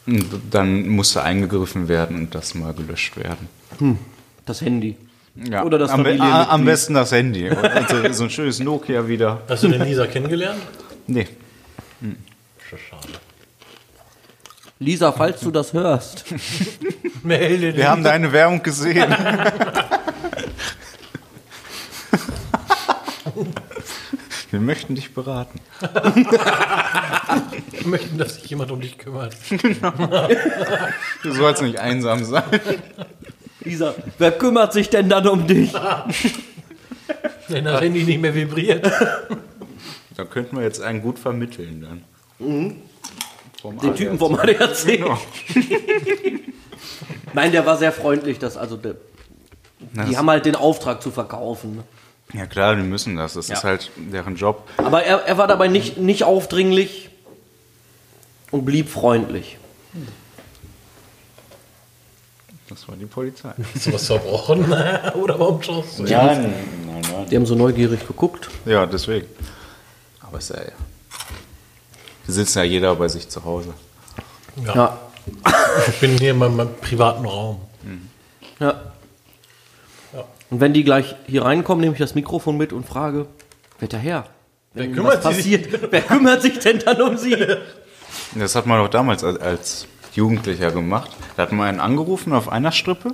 C: Und dann musste eingegriffen werden und das mal gelöscht werden.
A: Das Handy.
C: Ja.
A: Oder das
C: am, be-
A: Familienmitglied.
C: a- am besten das Handy. Also so ein schönes Nokia wieder.
B: Hast du denn Lisa kennengelernt?
C: Nee.
B: Sch- Schade.
A: Lisa, falls du das hörst.
B: Melde dich.
C: Wir haben deine Werbung gesehen. Wir möchten dich beraten.
B: Wir möchten, dass sich jemand um dich kümmert.
C: Du sollst nicht einsam sein.
A: Lisa, wer kümmert sich denn dann um dich?
B: Wenn das Handy nicht mehr vibriert.
C: Da könnten wir jetzt einen gut vermitteln dann. Vom
A: Den
C: ADAC.
A: Mhm. Typen vom ADAC.
C: Genau.
A: Nein, der war sehr freundlich. Das, also, der, die
C: Das-
A: haben halt den Auftrag zu verkaufen. ne?
C: Ja klar, die müssen das. Das
A: Ja.
C: ist halt deren Job.
A: Aber er, er war dabei nicht, nicht aufdringlich und blieb freundlich.
C: Das war die Polizei.
B: Hast du was verbrochen? Oder warum schaust du?
C: Nein, nein, nein.
A: Die haben so neugierig geguckt.
C: Ja, deswegen. Aber es ist ja. Wir sitzen ja jeder bei sich zu Hause.
B: Ja.
A: Ja.
B: Ich bin hier in meinem, meinem privaten Raum.
A: ja.
B: Ja.
A: Und wenn die gleich hier reinkommen, nehme ich das Mikrofon mit und frage, wer da her?
B: Wer
A: Wenn
B: kümmert
A: was
B: sie sich-
A: passiert, wer kümmert sich denn dann um sie?
C: Das hat man doch damals als, als Jugendlicher gemacht. Da hat man einen angerufen auf einer Strippe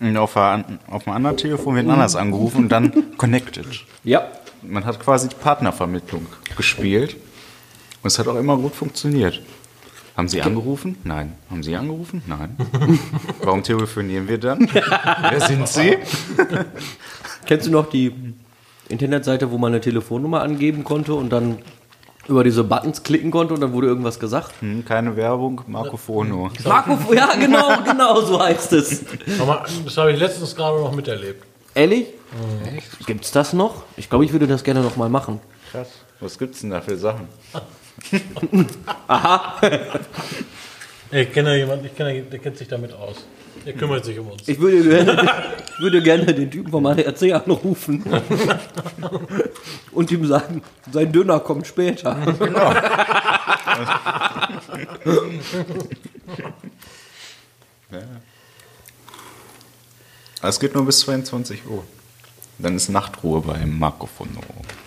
C: und auf, der, auf einem anderen Telefon wird ein anders angerufen und dann connected.
A: Ja.
C: Man hat quasi die Partnervermittlung gespielt und es hat auch immer gut funktioniert. Haben Sie angerufen? Nein. Haben Sie angerufen? Nein. Warum telefonieren wir dann? Wer sind Sie?
A: Kennst du noch die Internetseite, wo man eine Telefonnummer angeben konnte und dann über diese Buttons klicken konnte und dann wurde irgendwas gesagt?
C: Hm, keine Werbung, Marco Fono.
A: Marco, ja, genau, genau, so heißt es.
B: Aber Das habe ich letztens gerade noch miterlebt.
A: Ehrlich? Gibt's das noch? Ich glaube, ich würde das gerne nochmal machen.
C: Krass. Was gibt's denn da für Sachen?
B: Ich kenne da jemanden, ich kenne, der kennt sich damit aus. Der kümmert sich um uns.
A: Ich würde gerne, ich würde gerne den Typen vom ADAC anrufen und ihm sagen, sein Döner kommt später.
C: Ah, Es geht nur bis 22 Uhr. Dann ist Nachtruhe bei Marco Fono.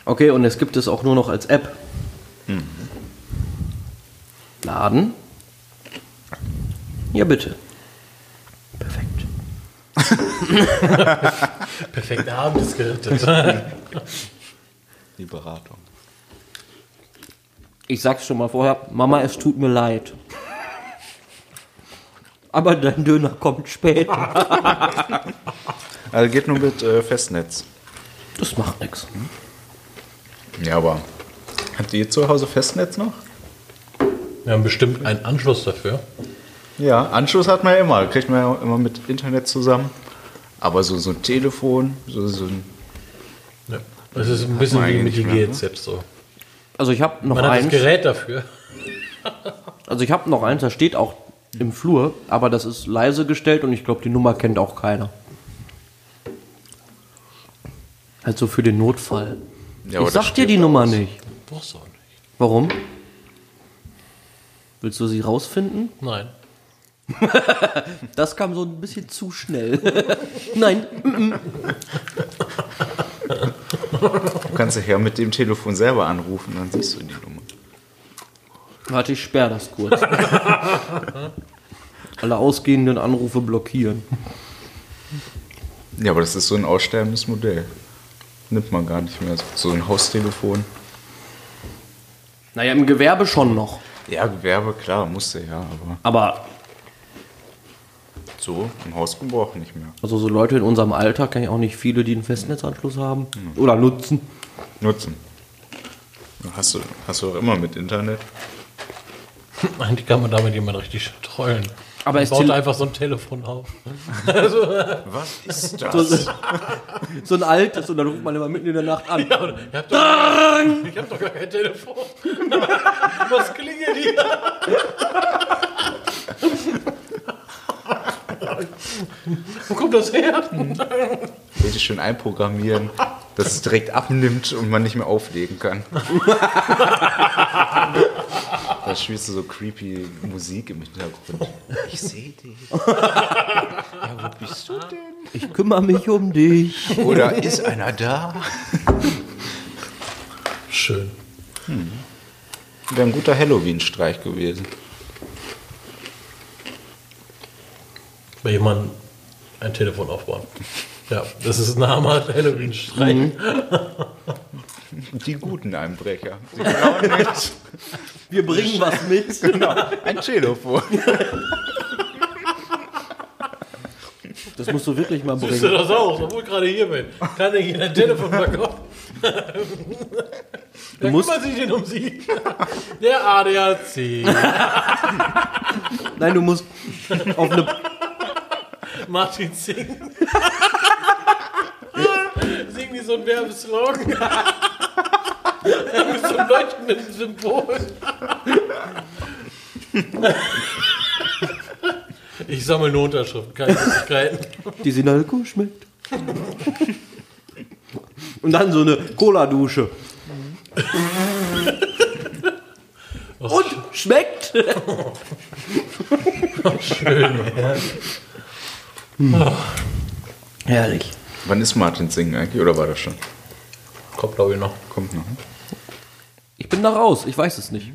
A: Okay, und es gibt es auch nur noch als App. Laden. Ja, bitte. Perfekt.
B: Perfekter Abend ist gerettet.
C: Die Beratung.
A: Ich sag's schon mal vorher, Mama, es tut mir leid. Aber dein Döner kommt später.
C: Also geht nur mit äh, Festnetz.
A: Das macht nichts.
C: Ja, aber habt ihr zu Hause Festnetz noch?
B: Wir haben bestimmt einen Anschluss dafür.
C: Ja, Anschluss hat man ja immer. Kriegt man ja immer mit Internet zusammen. Aber so, so ein Telefon, so, so ein.
B: Ja. Das ist ein bisschen
C: man
B: wie mit
C: eigentlich nicht mehr, ne?
B: IG selbst so.
A: Also ich habe noch
B: Man hat das
A: eins.
B: Gerät dafür.
A: Also ich habe noch eins, das steht auch im Flur, aber das ist leise gestellt und ich glaube, die Nummer kennt auch keiner. Halt so für den Notfall.
C: Ja, aber
A: ich
C: das
A: sag dir
C: steht
A: die
C: da
A: Nummer
C: aus.
A: nicht.
B: Brauchst du auch nicht.
A: Warum? Willst du sie rausfinden?
B: Nein.
A: Das kam so ein bisschen zu schnell. Nein,
C: Du kannst dich ja mit dem Telefon selber anrufen, dann siehst du die Nummer.
A: warte, ich sperre das kurz. Alle ausgehenden Anrufe blockieren.
C: Ja, aber das ist so ein aussterbendes Modell. Nimmt man gar nicht mehr. So ein Haustelefon.
A: Naja, im Gewerbe schon noch.
C: Ja, Gewerbe, klar, musste ja, aber
A: Aber
C: so im Hausgebrauch nicht mehr.
A: also so Leute in unserem Alter kenne ich auch nicht viele, die einen Festnetzanschluss haben oder nutzen.
C: Nutzen. Hast du, hast du auch immer mit Internet.
B: Eigentlich kann man damit jemand richtig trollen.
A: Aber
B: man
A: es
B: baut
A: tele-
B: einfach so ein Telefon auf.
C: Was ist
A: So,
C: das?
A: so ein altes und dann ruft man immer mitten in der Nacht an.
B: Ja, oder- ich hab doch, ich hab doch gar kein Telefon. Was klingelt hier? Wo kommt das her?
C: Bitte schön einprogrammieren, dass es direkt abnimmt und man nicht mehr auflegen kann. da spielst du so creepy Musik im Hintergrund. Ich sehe dich. Ja, wo bist du denn?
A: Ich kümmere mich um dich.
C: Oder ist einer da?
B: Schön.
C: Wäre ein guter Halloween-Streich gewesen.
B: Bei jemandem ein Telefon aufbauen. Ja, das ist ein hammer Halloween-Streich.
C: Die guten Einbrecher. Die blauen nicht.
A: Wir bringen was mit. Genau.
C: Ein Telefon.
A: Das musst du wirklich mal
B: Siehst du
A: bringen.
B: das auch, obwohl ich gerade hier bin. Kann ich Ihnen ein Telefon verkaufen? Wer
A: musst-
B: kümmert sich denn um Sie? Der ADAC.
A: Nein, du musst auf eine
B: Martin singen. singen die so einen Werbeslogan. Mit so einem leuchtenden Symbol. ich sammle nur Unterschriften, keine Möglichkeiten.
A: Die Sinalco schmeckt. Und dann so eine Cola-Dusche. Und schmeckt!
B: Schön.
A: Herrlich.
C: Wann ist Martin Singen eigentlich? Oder war das schon?
B: Kommt, glaube ich, noch.
C: Kommt noch. ne?
A: Ich bin da raus, ich weiß es nicht.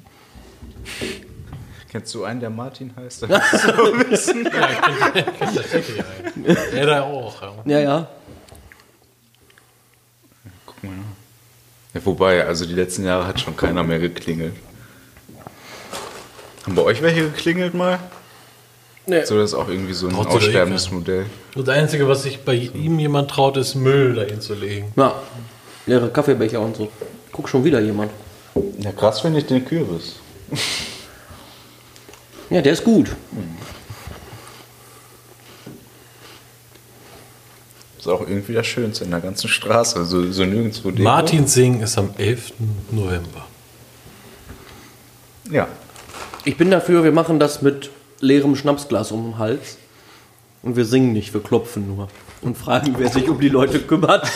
C: Kennst du einen, der Martin heißt?
B: Tatsächlich, ey. Der da auch. ja.
A: Ja, ja.
C: Guck mal nach. Ja, wobei, also die letzten Jahre hat schon keiner mehr geklingelt. Haben bei euch welche geklingelt mal?
A: Nee.
C: So, das ist auch irgendwie so ein
B: Trotz oder
C: aussterbendes Modell.
B: Und Das Einzige, was sich bei ihm jemand traut, ist Müll dahin zu legen.
A: Na, leere Kaffeebecher und so. Guck schon wieder jemand.
C: Ja, krass finde ich den Kürbis.
A: Ja, der ist gut.
C: Ist auch irgendwie das Schönste in der ganzen Straße. So, so nirgendwo Deko.
B: Martin Singh ist am 11. November.
C: Ja.
A: Ich bin dafür, wir machen das mit leerem Schnapsglas um den Hals. Und wir singen nicht, wir klopfen nur. Und fragen, wer sich um die Leute kümmert.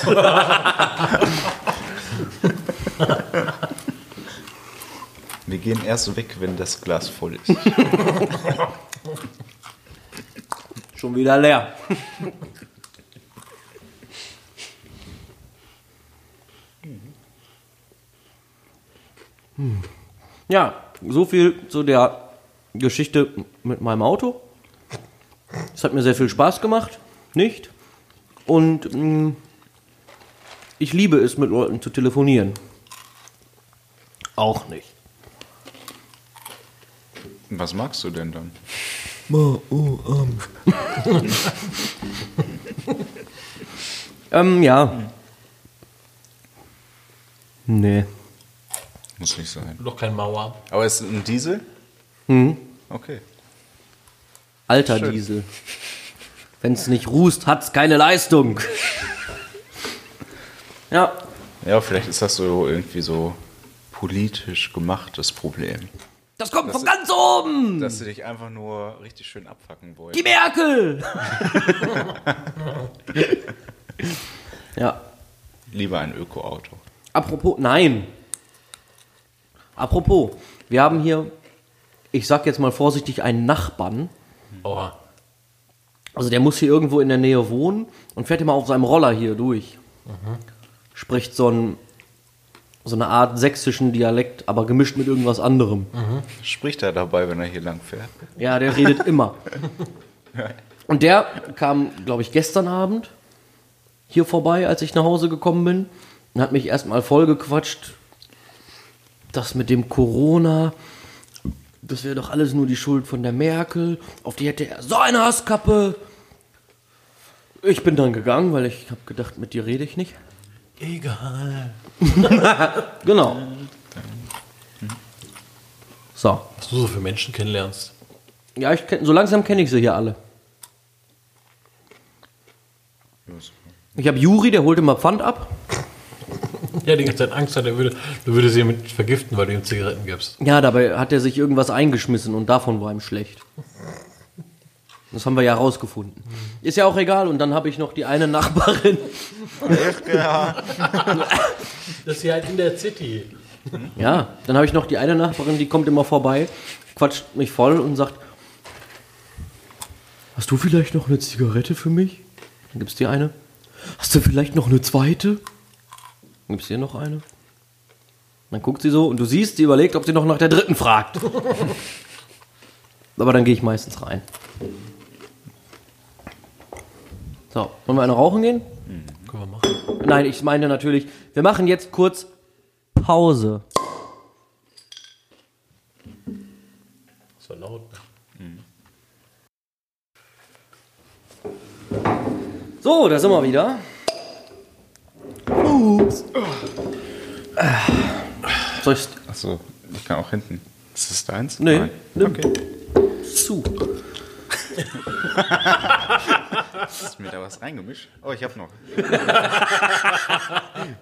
C: Wir gehen erst weg, wenn das Glas voll ist.
A: Schon wieder leer. Hm. Ja, so viel zu der Geschichte mit meinem Auto. Es hat mir sehr viel Spaß gemacht, nicht? Und mm, ich liebe es, mit Leuten zu telefonieren. Auch nicht.
C: Was magst du denn dann?
B: Oh, ähm.
A: Ähm, ja. Nee.
C: Muss nicht sein.
B: Noch kein Mauer.
C: Aber ist es ein Diesel?
A: Hm.
C: Okay.
A: Alter Diesel. Wenn es nicht rußt, hat's keine Leistung. ja,
C: Ja, vielleicht ist das so irgendwie so politisch gemachtes Problem.
A: das kommt von ganz oben.
C: Dass sie dich einfach nur richtig schön abfacken wollen.
A: Die Merkel. ja.
C: Lieber ein Öko-Auto.
A: Apropos, nein. Apropos, wir haben hier, ich sag jetzt mal vorsichtig, einen Nachbarn.
B: Oha.
A: Also der muss hier irgendwo in der Nähe wohnen und fährt immer auf seinem Roller hier durch. Spricht so, ein, so eine Art sächsischen Dialekt, aber gemischt mit irgendwas anderem.
C: Spricht er dabei, wenn er hier lang fährt?
A: Ja, der redet immer. Und der kam, glaube ich, gestern Abend hier vorbei, als ich nach Hause gekommen bin und hat mich erstmal vollgequatscht, das mit dem Corona, das wäre doch alles nur die Schuld von der Merkel, auf die hätte er so eine Hasskappe. Ich bin dann gegangen, weil ich habe gedacht, mit dir rede ich nicht.
B: Egal.
A: Genau. So.
B: Was du so für Menschen kennenlernst.
A: Ja, ich kenn, so langsam kenne ich sie hier alle. Ich habe Juri, der holt immer Pfand ab.
B: Ja, die ganze Zeit Angst hat, er würde, du würdest sie mit vergiften, weil du ihm Zigaretten gibst.
A: Ja, dabei hat er sich irgendwas eingeschmissen und davon war ihm schlecht. Das haben wir ja rausgefunden. Ist ja auch egal. Und dann habe ich noch die eine Nachbarin.
B: Das ist hier halt in der City.
A: Ja, dann habe ich noch die eine Nachbarin, die kommt immer vorbei, quatscht mich voll und sagt, hast du vielleicht noch eine Zigarette für mich? Dann gibt's dir eine. Hast du vielleicht noch eine zweite? Dann gibt's dir noch eine. Dann guckt sie so und du siehst, sie überlegt, ob sie noch nach der dritten fragt. Aber dann gehe ich meistens rein. So, wollen wir eine rauchen gehen?
B: Können wir machen.
A: Nein, ich meine natürlich, wir machen jetzt kurz Pause.
B: Das war laut. ne?
A: So, da sind wir wieder. Ups. Soll ich
C: Achso, ich kann auch hinten. Ist das deins?
A: Nee,
C: Nein.
A: nimm.
C: Okay.
A: zu?
C: Hast du mir da was reingemischt? Oh, ich hab noch.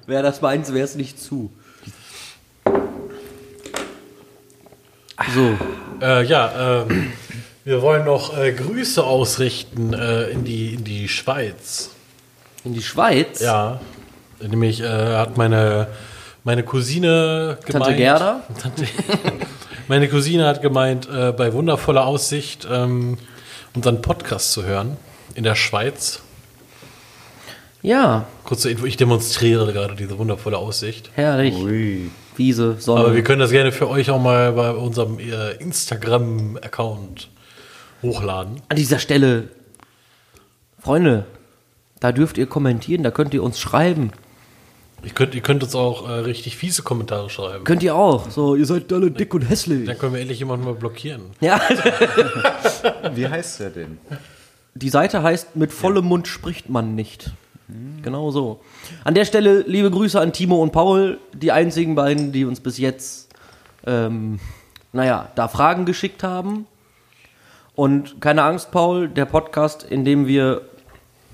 A: Wäre das meins, wäre es nicht zu. So,
B: Äh, ja, ähm, wir wollen noch äh, Grüße ausrichten äh, in, die, in die Schweiz.
A: in die Schweiz.
B: Ja, nämlich äh, hat meine, meine Cousine gemeint.
A: Gerda?
B: Tante, meine Cousine hat gemeint, äh, bei wundervoller Aussicht ähm, unseren Podcast zu hören in der Schweiz.
A: Ja,
B: Kurze Info, ich demonstriere gerade diese wundervolle Aussicht.
A: herrlich.
C: Ui.
A: Wiese, Sonne.
B: Aber wir können das gerne für euch auch mal bei unserem äh, Instagram-Account hochladen.
A: An dieser Stelle, Freunde, da dürft ihr kommentieren, da könnt ihr uns schreiben.
B: Ihr könnt, ihr könnt uns auch äh, richtig fiese Kommentare schreiben.
A: Könnt ihr auch. So, ihr seid alle dick und hässlich.
B: Dann können wir endlich jemanden mal blockieren.
A: Ja,
C: Wie heißt der denn?
A: Die Seite heißt Mit vollem Mund spricht man nicht. Genau so. An der Stelle liebe Grüße an Timo und Paul, die einzigen beiden, die uns bis jetzt, ähm, naja, da Fragen geschickt haben. Und keine Angst, Paul, der Podcast, in dem wir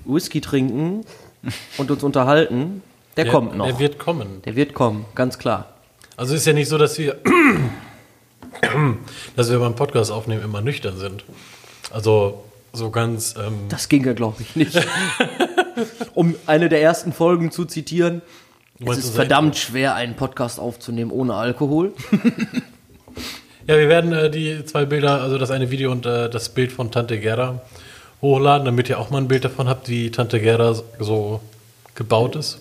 A: Whisky trinken und uns unterhalten, der,
B: Der-
A: kommt noch.
B: Der wird kommen.
A: der wird kommen, ganz klar.
B: Also ist ja nicht so, dass wir, dass wir beim Podcast aufnehmen immer nüchtern sind. Also so ganz. Ähm,
A: Das ging ja, glaube ich, nicht. um eine der ersten Folgen zu zitieren. Es
B: meinst
A: ist
B: unser
A: verdammt schwer, einen Podcast aufzunehmen ohne Alkohol.
B: ja, wir werden äh, die zwei Bilder, also das eine Video und äh, das Bild von Tante Gerda hochladen, damit ihr auch mal ein Bild davon habt, wie Tante Gerda so gebaut ist.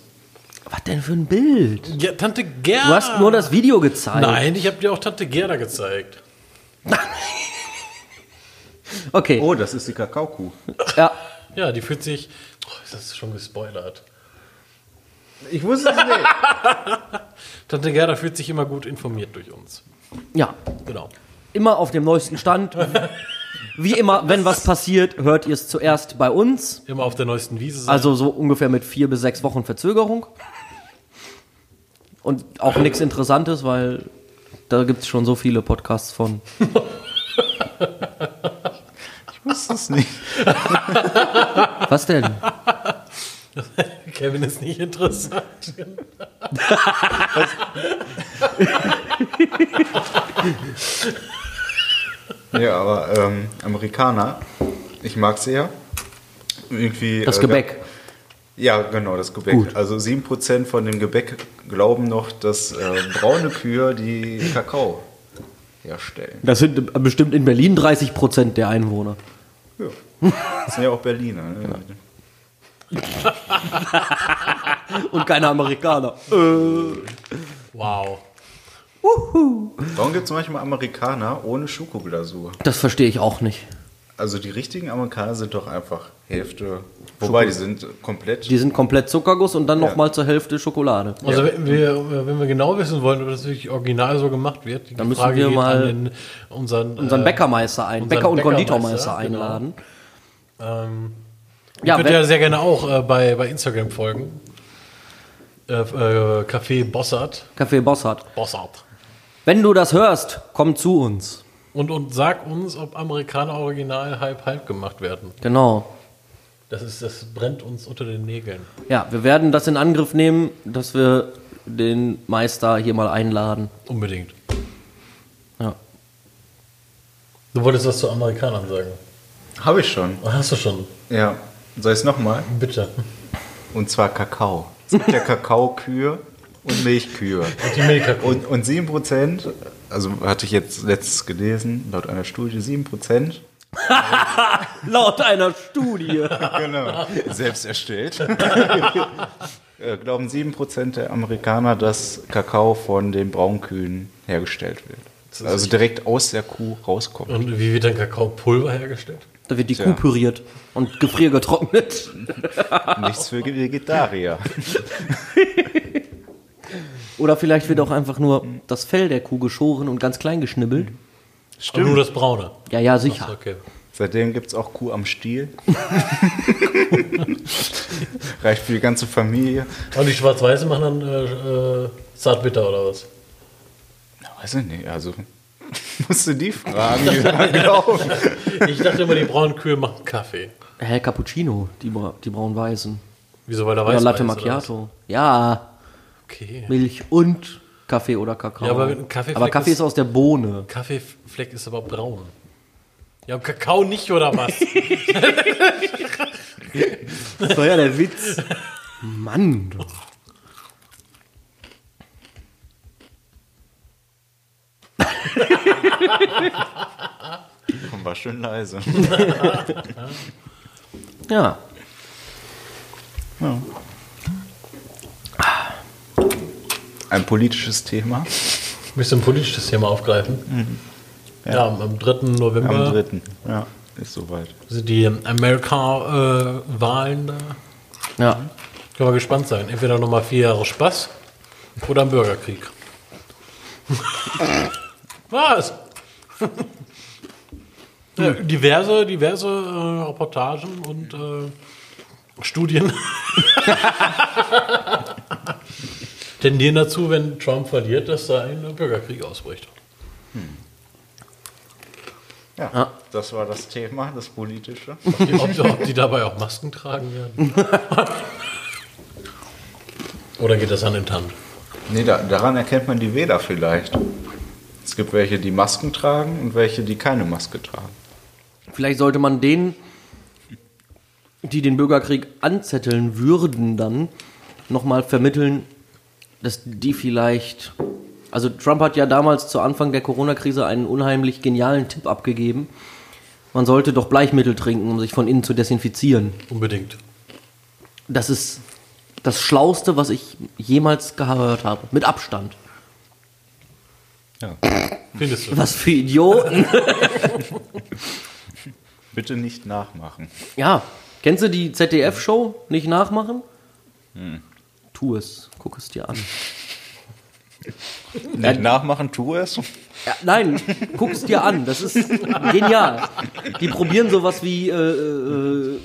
A: Was denn für ein Bild?
B: Ja, Tante Gerda.
A: Du hast nur das Video gezeigt.
B: Ah. Nein, ich habe dir auch Tante Gerda gezeigt.
A: Okay.
C: Oh, das ist die Kakaokuh.
A: Ja.
B: Ja, die fühlt sich. Oh, ist das schon gespoilert?
C: Ich wusste es nicht.
B: Tante Gerda fühlt sich immer gut informiert durch uns.
A: ja.
B: Genau.
A: Immer auf dem neuesten Stand, Wie immer, wenn was passiert, hört ihr es zuerst bei uns.
B: Immer auf der neuesten Wiese sein.
A: Also so ungefähr mit vier bis sechs Wochen Verzögerung. Und auch nichts Interessantes, weil da gibt es schon so viele Podcasts von.
C: Ich wusste es nicht.
A: Was denn?
B: Kevin ist nicht interessant.
C: Ja, aber ähm, Amerikaner, ich mag sie ja. Irgendwie,
A: Das
C: äh,
A: Gebäck.
C: Ja, genau, das Gebäck. Also 7% von dem Gebäck glauben noch, dass äh, braune Kühe die Kakao herstellen.
A: Das sind bestimmt in Berlin 30 Prozent der Einwohner.
C: Ja. Das sind ja auch Berliner. Ne?
A: Und keine Amerikaner.
B: Wow.
C: Warum gibt es manchmal Amerikaner ohne Schokoglasur?
A: Das verstehe ich auch nicht.
C: Also die richtigen Amerikaner sind doch einfach Hälfte. Wobei, die sind komplett.
A: Die sind komplett Zuckerguss und dann noch nochmal zur Hälfte Schokolade.
B: Also wenn, wir, wenn wir genau wissen wollen, ob das wirklich original so gemacht wird, die
A: Dann müssen wir mal
B: den, unseren,
A: Unseren
B: äh,
A: Bäckermeister ein,
B: unseren
A: Bäcker- und
B: Bäckermeister,
A: Konditormeister
B: genau.
A: einladen.
B: Ähm,
A: Ja,
B: ja, könnt
A: wenn-
B: ihr ja sehr gerne auch äh, bei, bei Instagram folgen. Äh, äh, Café Bossart.
A: Café Bossart.
B: Bossart.
A: Wenn du das hörst, komm zu uns.
B: Und, und sag uns, ob Amerikaner original halb-halb gemacht werden.
A: Genau.
B: Das, ist, das brennt uns unter den Nägeln.
A: Ja, wir werden das in Angriff nehmen, dass wir den Meister hier mal einladen.
B: Unbedingt.
A: Ja.
B: Du wolltest was zu Amerikanern sagen.
C: Habe ich schon.
B: Hast du schon.
C: Ja. Soll ich es nochmal?
B: Bitte.
C: Und zwar Kakao. Es gibt ja Kakaokühe und Milchkühe.
B: Die Milka
C: Und, und 7%, also hatte ich jetzt letztens gelesen, laut einer Studie 7%.
A: Laut einer Studie.
C: Genau. Selbst erstellt. Äh, Glauben 7% der Amerikaner, dass Kakao von den Braunkühen hergestellt wird. Also direkt aus der Kuh rauskommt.
B: Und wie wird dann Kakaopulver hergestellt?
A: Da wird die
C: Tja.
A: Kuh püriert und gefriergetrocknet.
C: Nichts für Vegetarier.
A: Oder vielleicht wird auch einfach nur das Fell der Kuh geschoren und ganz klein geschnibbelt.
B: Stimmt. Nur das Braune.
A: Ja, ja, sicher.
B: Okay.
C: Seitdem gibt es auch Kuh am Stiel. Reicht für die ganze Familie.
B: Und die Schwarz-Weiße machen dann äh, äh, Zartbitter oder was?
C: Na, Weiß ich nicht, also musst du die fragen, genau. die da glauben.
B: Ich dachte immer, die braunen Kühe machen Kaffee.
A: Hä, Cappuccino, die, bra die braun-weißen.
B: Wieso, weil da
A: Oder
B: weiß
A: Latte
B: weiß, oder was?
A: Macchiato. Ja,
B: Okay.
A: Milch und Kaffee oder Kakao.
B: Ja, aber ein Kaffeefleck
A: aber Kaffee
B: ist-
A: ist aus der Bohne.
B: Kaffeefleck ist aber braun. Ja, Kakao nicht, oder was?
A: Das war ja der Witz. Mann. du.
C: Komm, war schön leise.
A: Ja.
C: Ein politisches Thema
B: Möchtest du ein politisches Thema aufgreifen? Ja. am- am 3.
C: am
B: November
C: 3. Ja, ist soweit.
B: sind die Amerika-Wahlen da.
A: Ja.
B: Können wir gespannt sein. Entweder nochmal vier Jahre Spaß oder ein Bürgerkrieg. Was? Ja, diverse diverse äh, Reportagen und äh, Studien tendieren dazu, wenn Trump verliert, dass da ein Bürgerkrieg ausbricht.
C: Ja,
A: Ja.
C: das war das Thema, das politische.
B: Ob, ob die dabei auch Masken tragen werden? Oder geht das Hand in Hand?
C: Nee, da, daran erkennt man die Wähler vielleicht. Es gibt welche, die Masken tragen und welche, die keine Maske tragen.
A: Vielleicht sollte man denen, die den Bürgerkrieg anzetteln würden, dann nochmal vermitteln, dass die vielleicht. Also Trump hat ja damals zu Anfang der Corona-Krise einen unheimlich genialen Tipp abgegeben. Man sollte doch Bleichmittel trinken, um sich von innen zu desinfizieren.
B: Unbedingt.
A: Das ist das Schlauste, was ich jemals gehört habe. Mit Abstand.
C: Ja.
B: Findest du?
A: Was für Idioten.
C: Bitte nicht nachmachen.
A: ja, kennst du die ZDF-Show? Nicht nachmachen? Tu es. Guck es dir an.
C: Nicht nachmachen, tu es.
A: Ja, nein, guck es dir an. Das ist genial. Die probieren sowas wie äh, äh,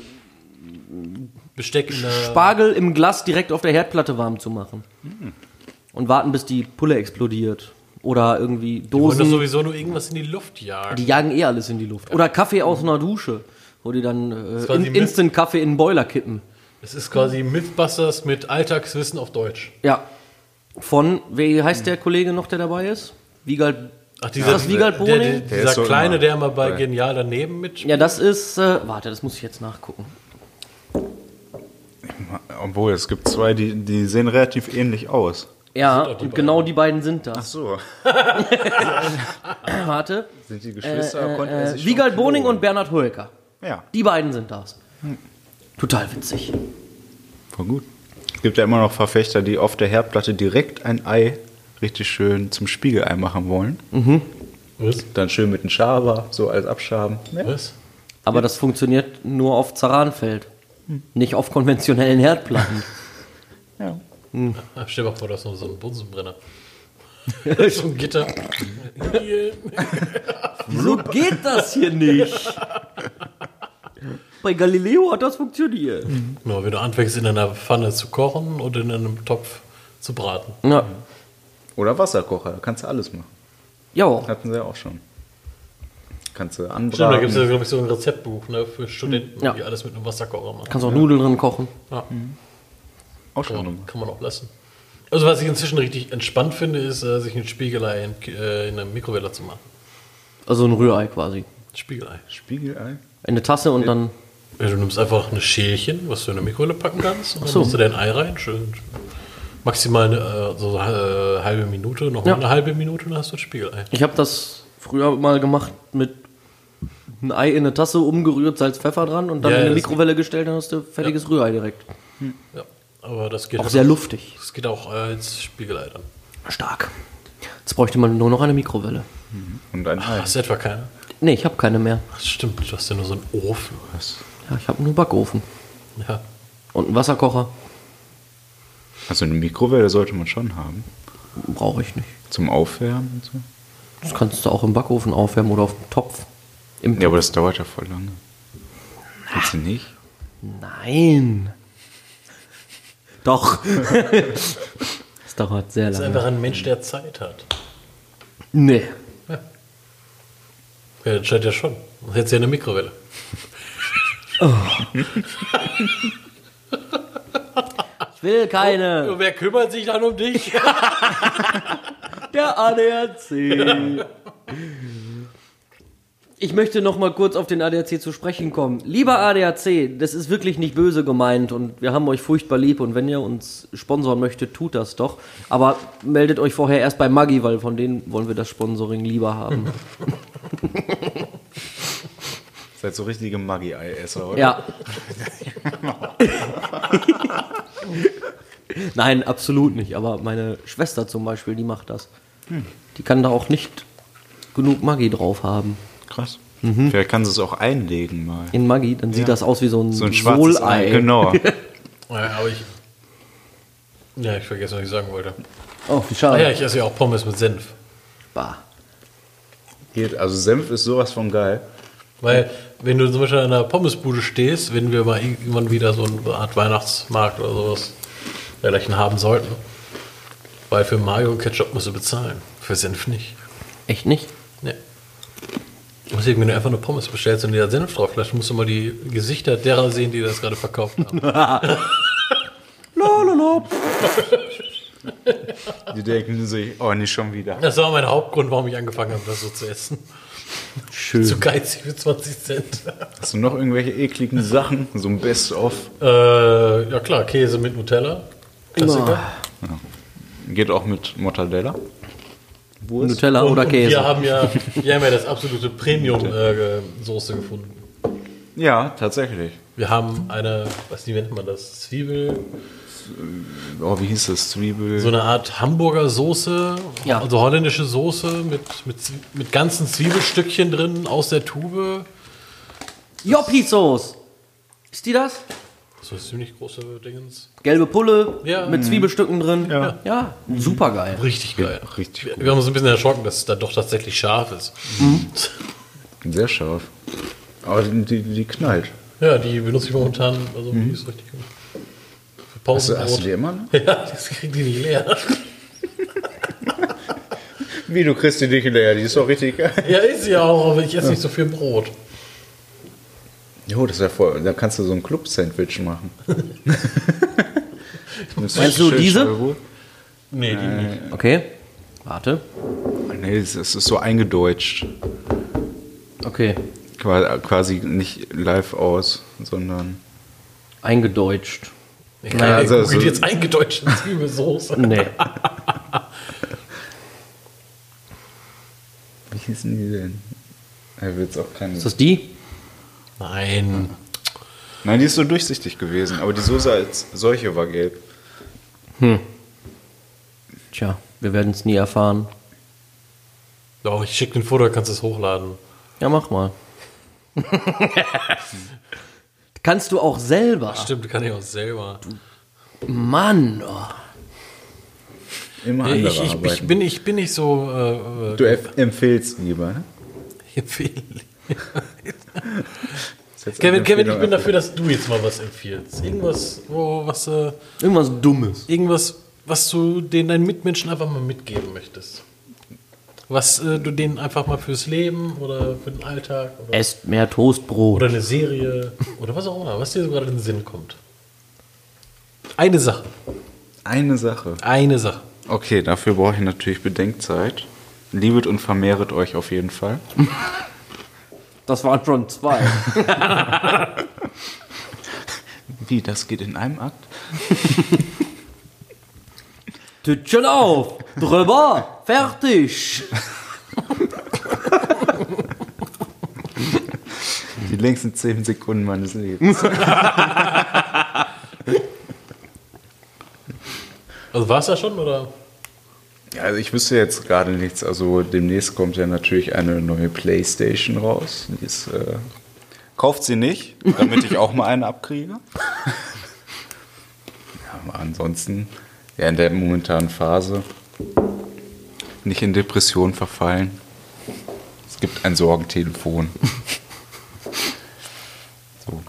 B: Besteck in der
A: Spargel im Glas direkt auf der Herdplatte warm zu machen.
B: Hm.
A: Und warten, bis die Pulle explodiert. Oder irgendwie
B: wollen doch
A: Dosen. Die,
B: sowieso nur irgendwas in die Luft jagen.
A: jagen eh alles in die Luft. Oder Kaffee aus einer Dusche, wo die dann äh,
B: war
A: in,
B: die Mil-
A: Instant-Kaffee in den Boiler kippen.
B: Es ist quasi Mythbusters mit Alltagswissen auf Deutsch.
A: Ja. Von, wie heißt der Kollege noch, der dabei ist? Wiegald.
B: Hm. Ach,
A: ist das Wiegald
B: der, der,
A: Boning?
B: dieser
C: ist so
B: kleine,
C: immer-
B: der immer bei
C: bei-
B: Genial daneben mit.
A: Ja, das ist. Äh, warte, das muss ich jetzt nachgucken.
C: Obwohl, es gibt zwei, die, die sehen relativ ähnlich aus.
A: Ja,
B: doch die
A: und genau die beiden sind das.
C: so.
A: Warte.
C: Sind die
A: Äh,
C: Geschwister? konnte er
A: äh,
C: sich schon
A: Wiegald Boning
C: klonen?
A: und Bernhard Hoeker.
C: Ja, Hm.
A: Die beiden sind das. Total witzig.
C: voll gut. Es gibt ja immer noch Verfechter, die auf der Herdplatte direkt ein Ei richtig schön zum Spiegelei machen wollen.
B: Was?
C: Dann schön mit einem Schaber, so als Abschaben.
B: Was?
A: Aber das funktioniert nur auf Zaranfeld. Nicht auf konventionellen Herdplatten.
C: Ja.
B: Ah, stell dir mal vor, das ist noch so ein Bunsenbrenner. so ein Gitter. Hier.
A: Wieso geht das hier nicht? Bei Galileo hat das funktioniert.
B: Genau, wenn du anfängst, in einer Pfanne zu kochen und in einem Topf zu braten.
A: Ja.
C: Oder Wasserkocher, da kannst du alles machen.
A: Jo.
C: Hatten sie ja auch schon. Kannst du
B: Stimmt, da gibt es ja,
C: anbraten.
B: glaube ich, so ein Rezeptbuch ne, für Studenten,
A: Ja.
B: die alles mit einem Wasserkocher machen.
A: Kannst auch Nudeln drin kochen.
B: Ja.
C: Auch schon
B: Kann,
C: gemacht.
B: kann man auch lassen. Also, was ich inzwischen richtig entspannt finde, ist, äh, sich ein Spiegelei in, äh, in einer Mikrowelle zu machen.
A: Also ein Rührei quasi.
B: Spiegelei.
C: Spiegelei?
A: In eine Tasse und dann.
B: Ja, du nimmst einfach eine Schälchen, was du in eine Mikrowelle packen kannst, und dann
A: so.
B: machst du dein Ei rein, schön maximal eine, äh, so äh, halbe Minute, noch
A: Ja.
B: eine halbe Minute, und dann hast du ein Spiegelei.
A: Ich habe das früher mal gemacht mit ein Ei in eine Tasse umgerührt, Salz, Pfeffer dran und dann
B: Ja,
A: in eine
B: das-
A: Mikrowelle gestellt, dann hast du fertiges Rührei direkt.
B: Ja, aber das geht
A: Auch sehr luftig.
B: Das geht auch als Spiegelei dann.
A: Stark. Jetzt bräuchte man nur noch eine Mikrowelle.
C: Und ein Ei.
B: Hast du etwa keine?
A: Nee, ich habe keine mehr.
B: Ach, stimmt, du hast ja nur so einen Ofen. Was?
A: Ja, ich habe nur einen Backofen
B: Ja.
A: und einen Wasserkocher.
C: Also eine Mikrowelle sollte man schon haben.
A: Brauche ich nicht.
C: Zum Aufwärmen und so.
A: Das kannst du auch im Backofen aufwärmen oder auf dem Topf. Im
C: Ja, aber das dauert ja voll lange. Willst du nicht?
A: Nein. Doch. das dauert sehr
B: Das ist
A: lange.
B: einfach ein Mensch, der Zeit hat.
A: Nee.
B: Ja, das scheint ja schon. Das hättest du ja eine Mikrowelle.
A: Ich will keine.
B: Und wer kümmert sich dann um dich?
A: Der ADAC. Ich möchte noch mal kurz auf den ADAC zu sprechen kommen. Lieber ADAC, das ist wirklich nicht böse gemeint und wir haben euch furchtbar lieb und wenn ihr uns sponsoren möchtet, tut das doch. Aber meldet euch vorher erst bei Maggi, weil von denen wollen wir das Sponsoring lieber haben.
C: Seid halt so richtige Maggi-Ei-Esser, oder?
A: Ja. Nein, absolut nicht. Aber meine Schwester zum Beispiel, die macht das. Die kann da auch nicht genug Maggi drauf haben.
C: Krass. Vielleicht kann sie es auch einlegen mal.
A: In Maggi, dann sieht das aus wie so ein,
C: So ein schwarzes Ei. Genau.
B: ja, aber ich. Ja, ich vergesse, was ich sagen wollte.
A: Oh, wie
B: Ah
A: schade.
B: ja, ich esse ja auch Pommes mit Senf.
A: Bah.
C: Geht. Also Senf ist sowas von geil.
B: Weil, wenn du zum Beispiel an einer Pommesbude stehst, wenn wir mal irgendwann wieder so eine Art Weihnachtsmarkt oder sowas dergleichen haben sollten, weil für Mayo und Ketchup musst du bezahlen, für Senf nicht.
A: Echt nicht?
B: Nee. Deswegen, wenn du einfach eine Pommes bestellst und dir da Senf drauf lässt, musst du mal die Gesichter derer sehen, die das gerade verkauft haben.
A: Lololo.
C: Die denken sich, oh, nicht schon wieder.
B: Das war mein Hauptgrund, warum ich angefangen habe, das so zu essen. Zu
A: Schön.
B: geizig für 20 Cent.
C: Hast du noch irgendwelche ekligen Sachen? So ein Best-of.
B: äh, ja klar, Käse mit Nutella. Klassiker.
C: Geht auch mit Mortadella. Wurst.
A: Nutella Ah, oder
B: Und Wir
A: Käse.
B: haben Oh, ja, wir haben ja das absolute Premium-Soße gefunden.
C: Ja, tatsächlich.
B: Wir haben eine, was die nennt man das? Zwiebel,
C: Oh, wie hieß das? Zwiebel.
B: so eine Art Hamburger Soße,
A: Ja.
B: also holländische Soße mit, mit, Zwie- mit ganzen Zwiebelstückchen drin aus der Tube.
A: Joppi-Sauce. Ist die das?
B: Das ist ziemlich große Dingens.
A: Gelbe Pulle
B: Ja.
A: mit Zwiebelstücken drin.
C: Mhm. Ja.
A: ja super geil.
B: Richtig geil.
C: richtig
B: wir,
C: gut.
B: wir haben uns ein bisschen erschrocken, dass es dann doch tatsächlich scharf ist.
A: Mhm.
C: Sehr scharf. Aber die, die, die knallt.
B: Ja, die benutze ich momentan, also die ist richtig gut. Für
C: Mhm. Hast du, hast du die
B: Pausenbrot.
C: immer noch?
B: Ja, das kriegen die nicht leer.
C: Wie, du kriegst die nicht leer, die ist doch richtig geil.
B: Ja, ist sie auch, aber ich esse nicht so viel Brot.
C: Jo, das ist ja voll. Da kannst du so ein Club-Sandwich machen.
A: Meinst du diese?
B: Nee, die nicht.
A: Okay, warte.
C: Nee, es ist es ist so eingedeutscht.
A: Okay,
C: Qua- Quasi nicht live aus, sondern.
A: eingedeutscht.
B: Ich kann
A: Naja,
C: also-
B: also,
C: also-
B: jetzt eingedeutschte Zwiebelsauce.
A: Nee.
C: Wie hießen die denn? Er will auch keinen.
A: Ist das die?
B: Nein.
C: Nein, die ist so durchsichtig gewesen, aber die Soße als solche war gelb.
A: Tja, wir werden es nie erfahren.
B: Doch, ich schicke den Foto, dann kannst du es hochladen.
A: Ja, mach mal. Kannst du auch selber.
C: Ah.
B: Stimmt, kann ich auch selber.
A: Mann. Oh.
C: Immer
B: Nee,
C: andere
B: ich, ich, ich,
C: arbeiten.
B: bin, ich bin nicht so. Äh, äh,
C: du empf- empfehlst lieber, ne?
B: empfehlen.
C: Ist jetzt
B: Kevin, Kevin,
C: eine
B: ich
C: Empfehlung
B: bin
C: einfach.
B: dafür, dass du jetzt mal was empfiehlst. Irgendwas, wo, was, äh,
A: Irgendwas Dummes.
B: irgendwas, was du den deinen Mitmenschen einfach mal mitgeben möchtest. Was äh, du denen einfach mal fürs Leben oder für den Alltag oder,
A: Esst mehr Toastbrot.
B: oder eine Serie oder was auch immer, was dir so gerade in den Sinn kommt. Eine Sache.
C: Eine Sache.
B: Eine Sache.
C: Okay, dafür brauche ich natürlich Bedenkzeit. Liebet und vermehret euch auf jeden Fall.
A: das waren schon zwei.
C: Wie, das geht in einem Akt?
A: Tütchen auf. Drüber. Fertig.
C: Die längsten zehn Sekunden meines Lebens.
B: Also war es das schon oder?
C: Ja, also ich wüsste jetzt gerade nichts. Also demnächst kommt ja natürlich eine neue Playstation raus. Die ist, äh, kauft sie nicht, damit ich auch mal eine abkriege. ja, aber ansonsten, ja, in der momentanen Phase nicht in Depression verfallen. Es gibt ein Sorgentelefon. so.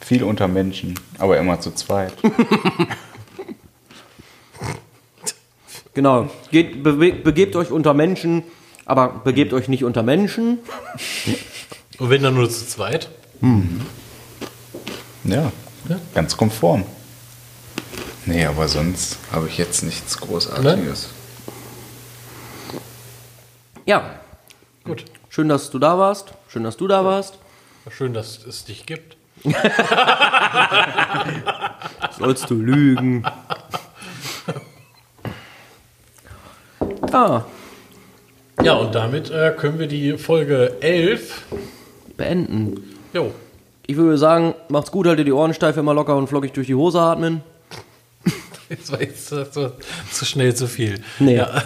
C: Viel unter Menschen, aber immer zu zweit.
A: Genau. Geht, bewe- begebt euch unter Menschen, aber begebt euch nicht unter Menschen.
B: Und wenn dann nur zu zweit?
C: Ja,
B: Ja.
C: ganz konform. Nee, aber sonst habe ich jetzt nichts Großartiges.
A: Ja,
B: Gut.
A: schön, dass du da warst. Schön, dass du da warst.
B: Schön, dass es dich gibt.
A: Sollst du lügen? Ah,
B: Ja, und damit äh, können wir die Folge 11.
A: beenden.
B: Jo,
A: Ich würde sagen, macht's gut, haltet die Ohren steif, immer locker und flockig durch die Hose atmen.
B: jetzt war jetzt äh, zu, zu schnell zu viel.
A: Nee.
B: ja,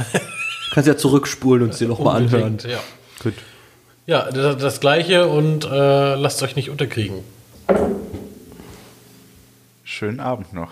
A: Kannst ja zurückspulen und es dir nochmal anhören.
B: unbedingt, ja.
A: Gut.
B: ja das, das gleiche und äh, lasst euch nicht unterkriegen.
C: Schönen Abend noch.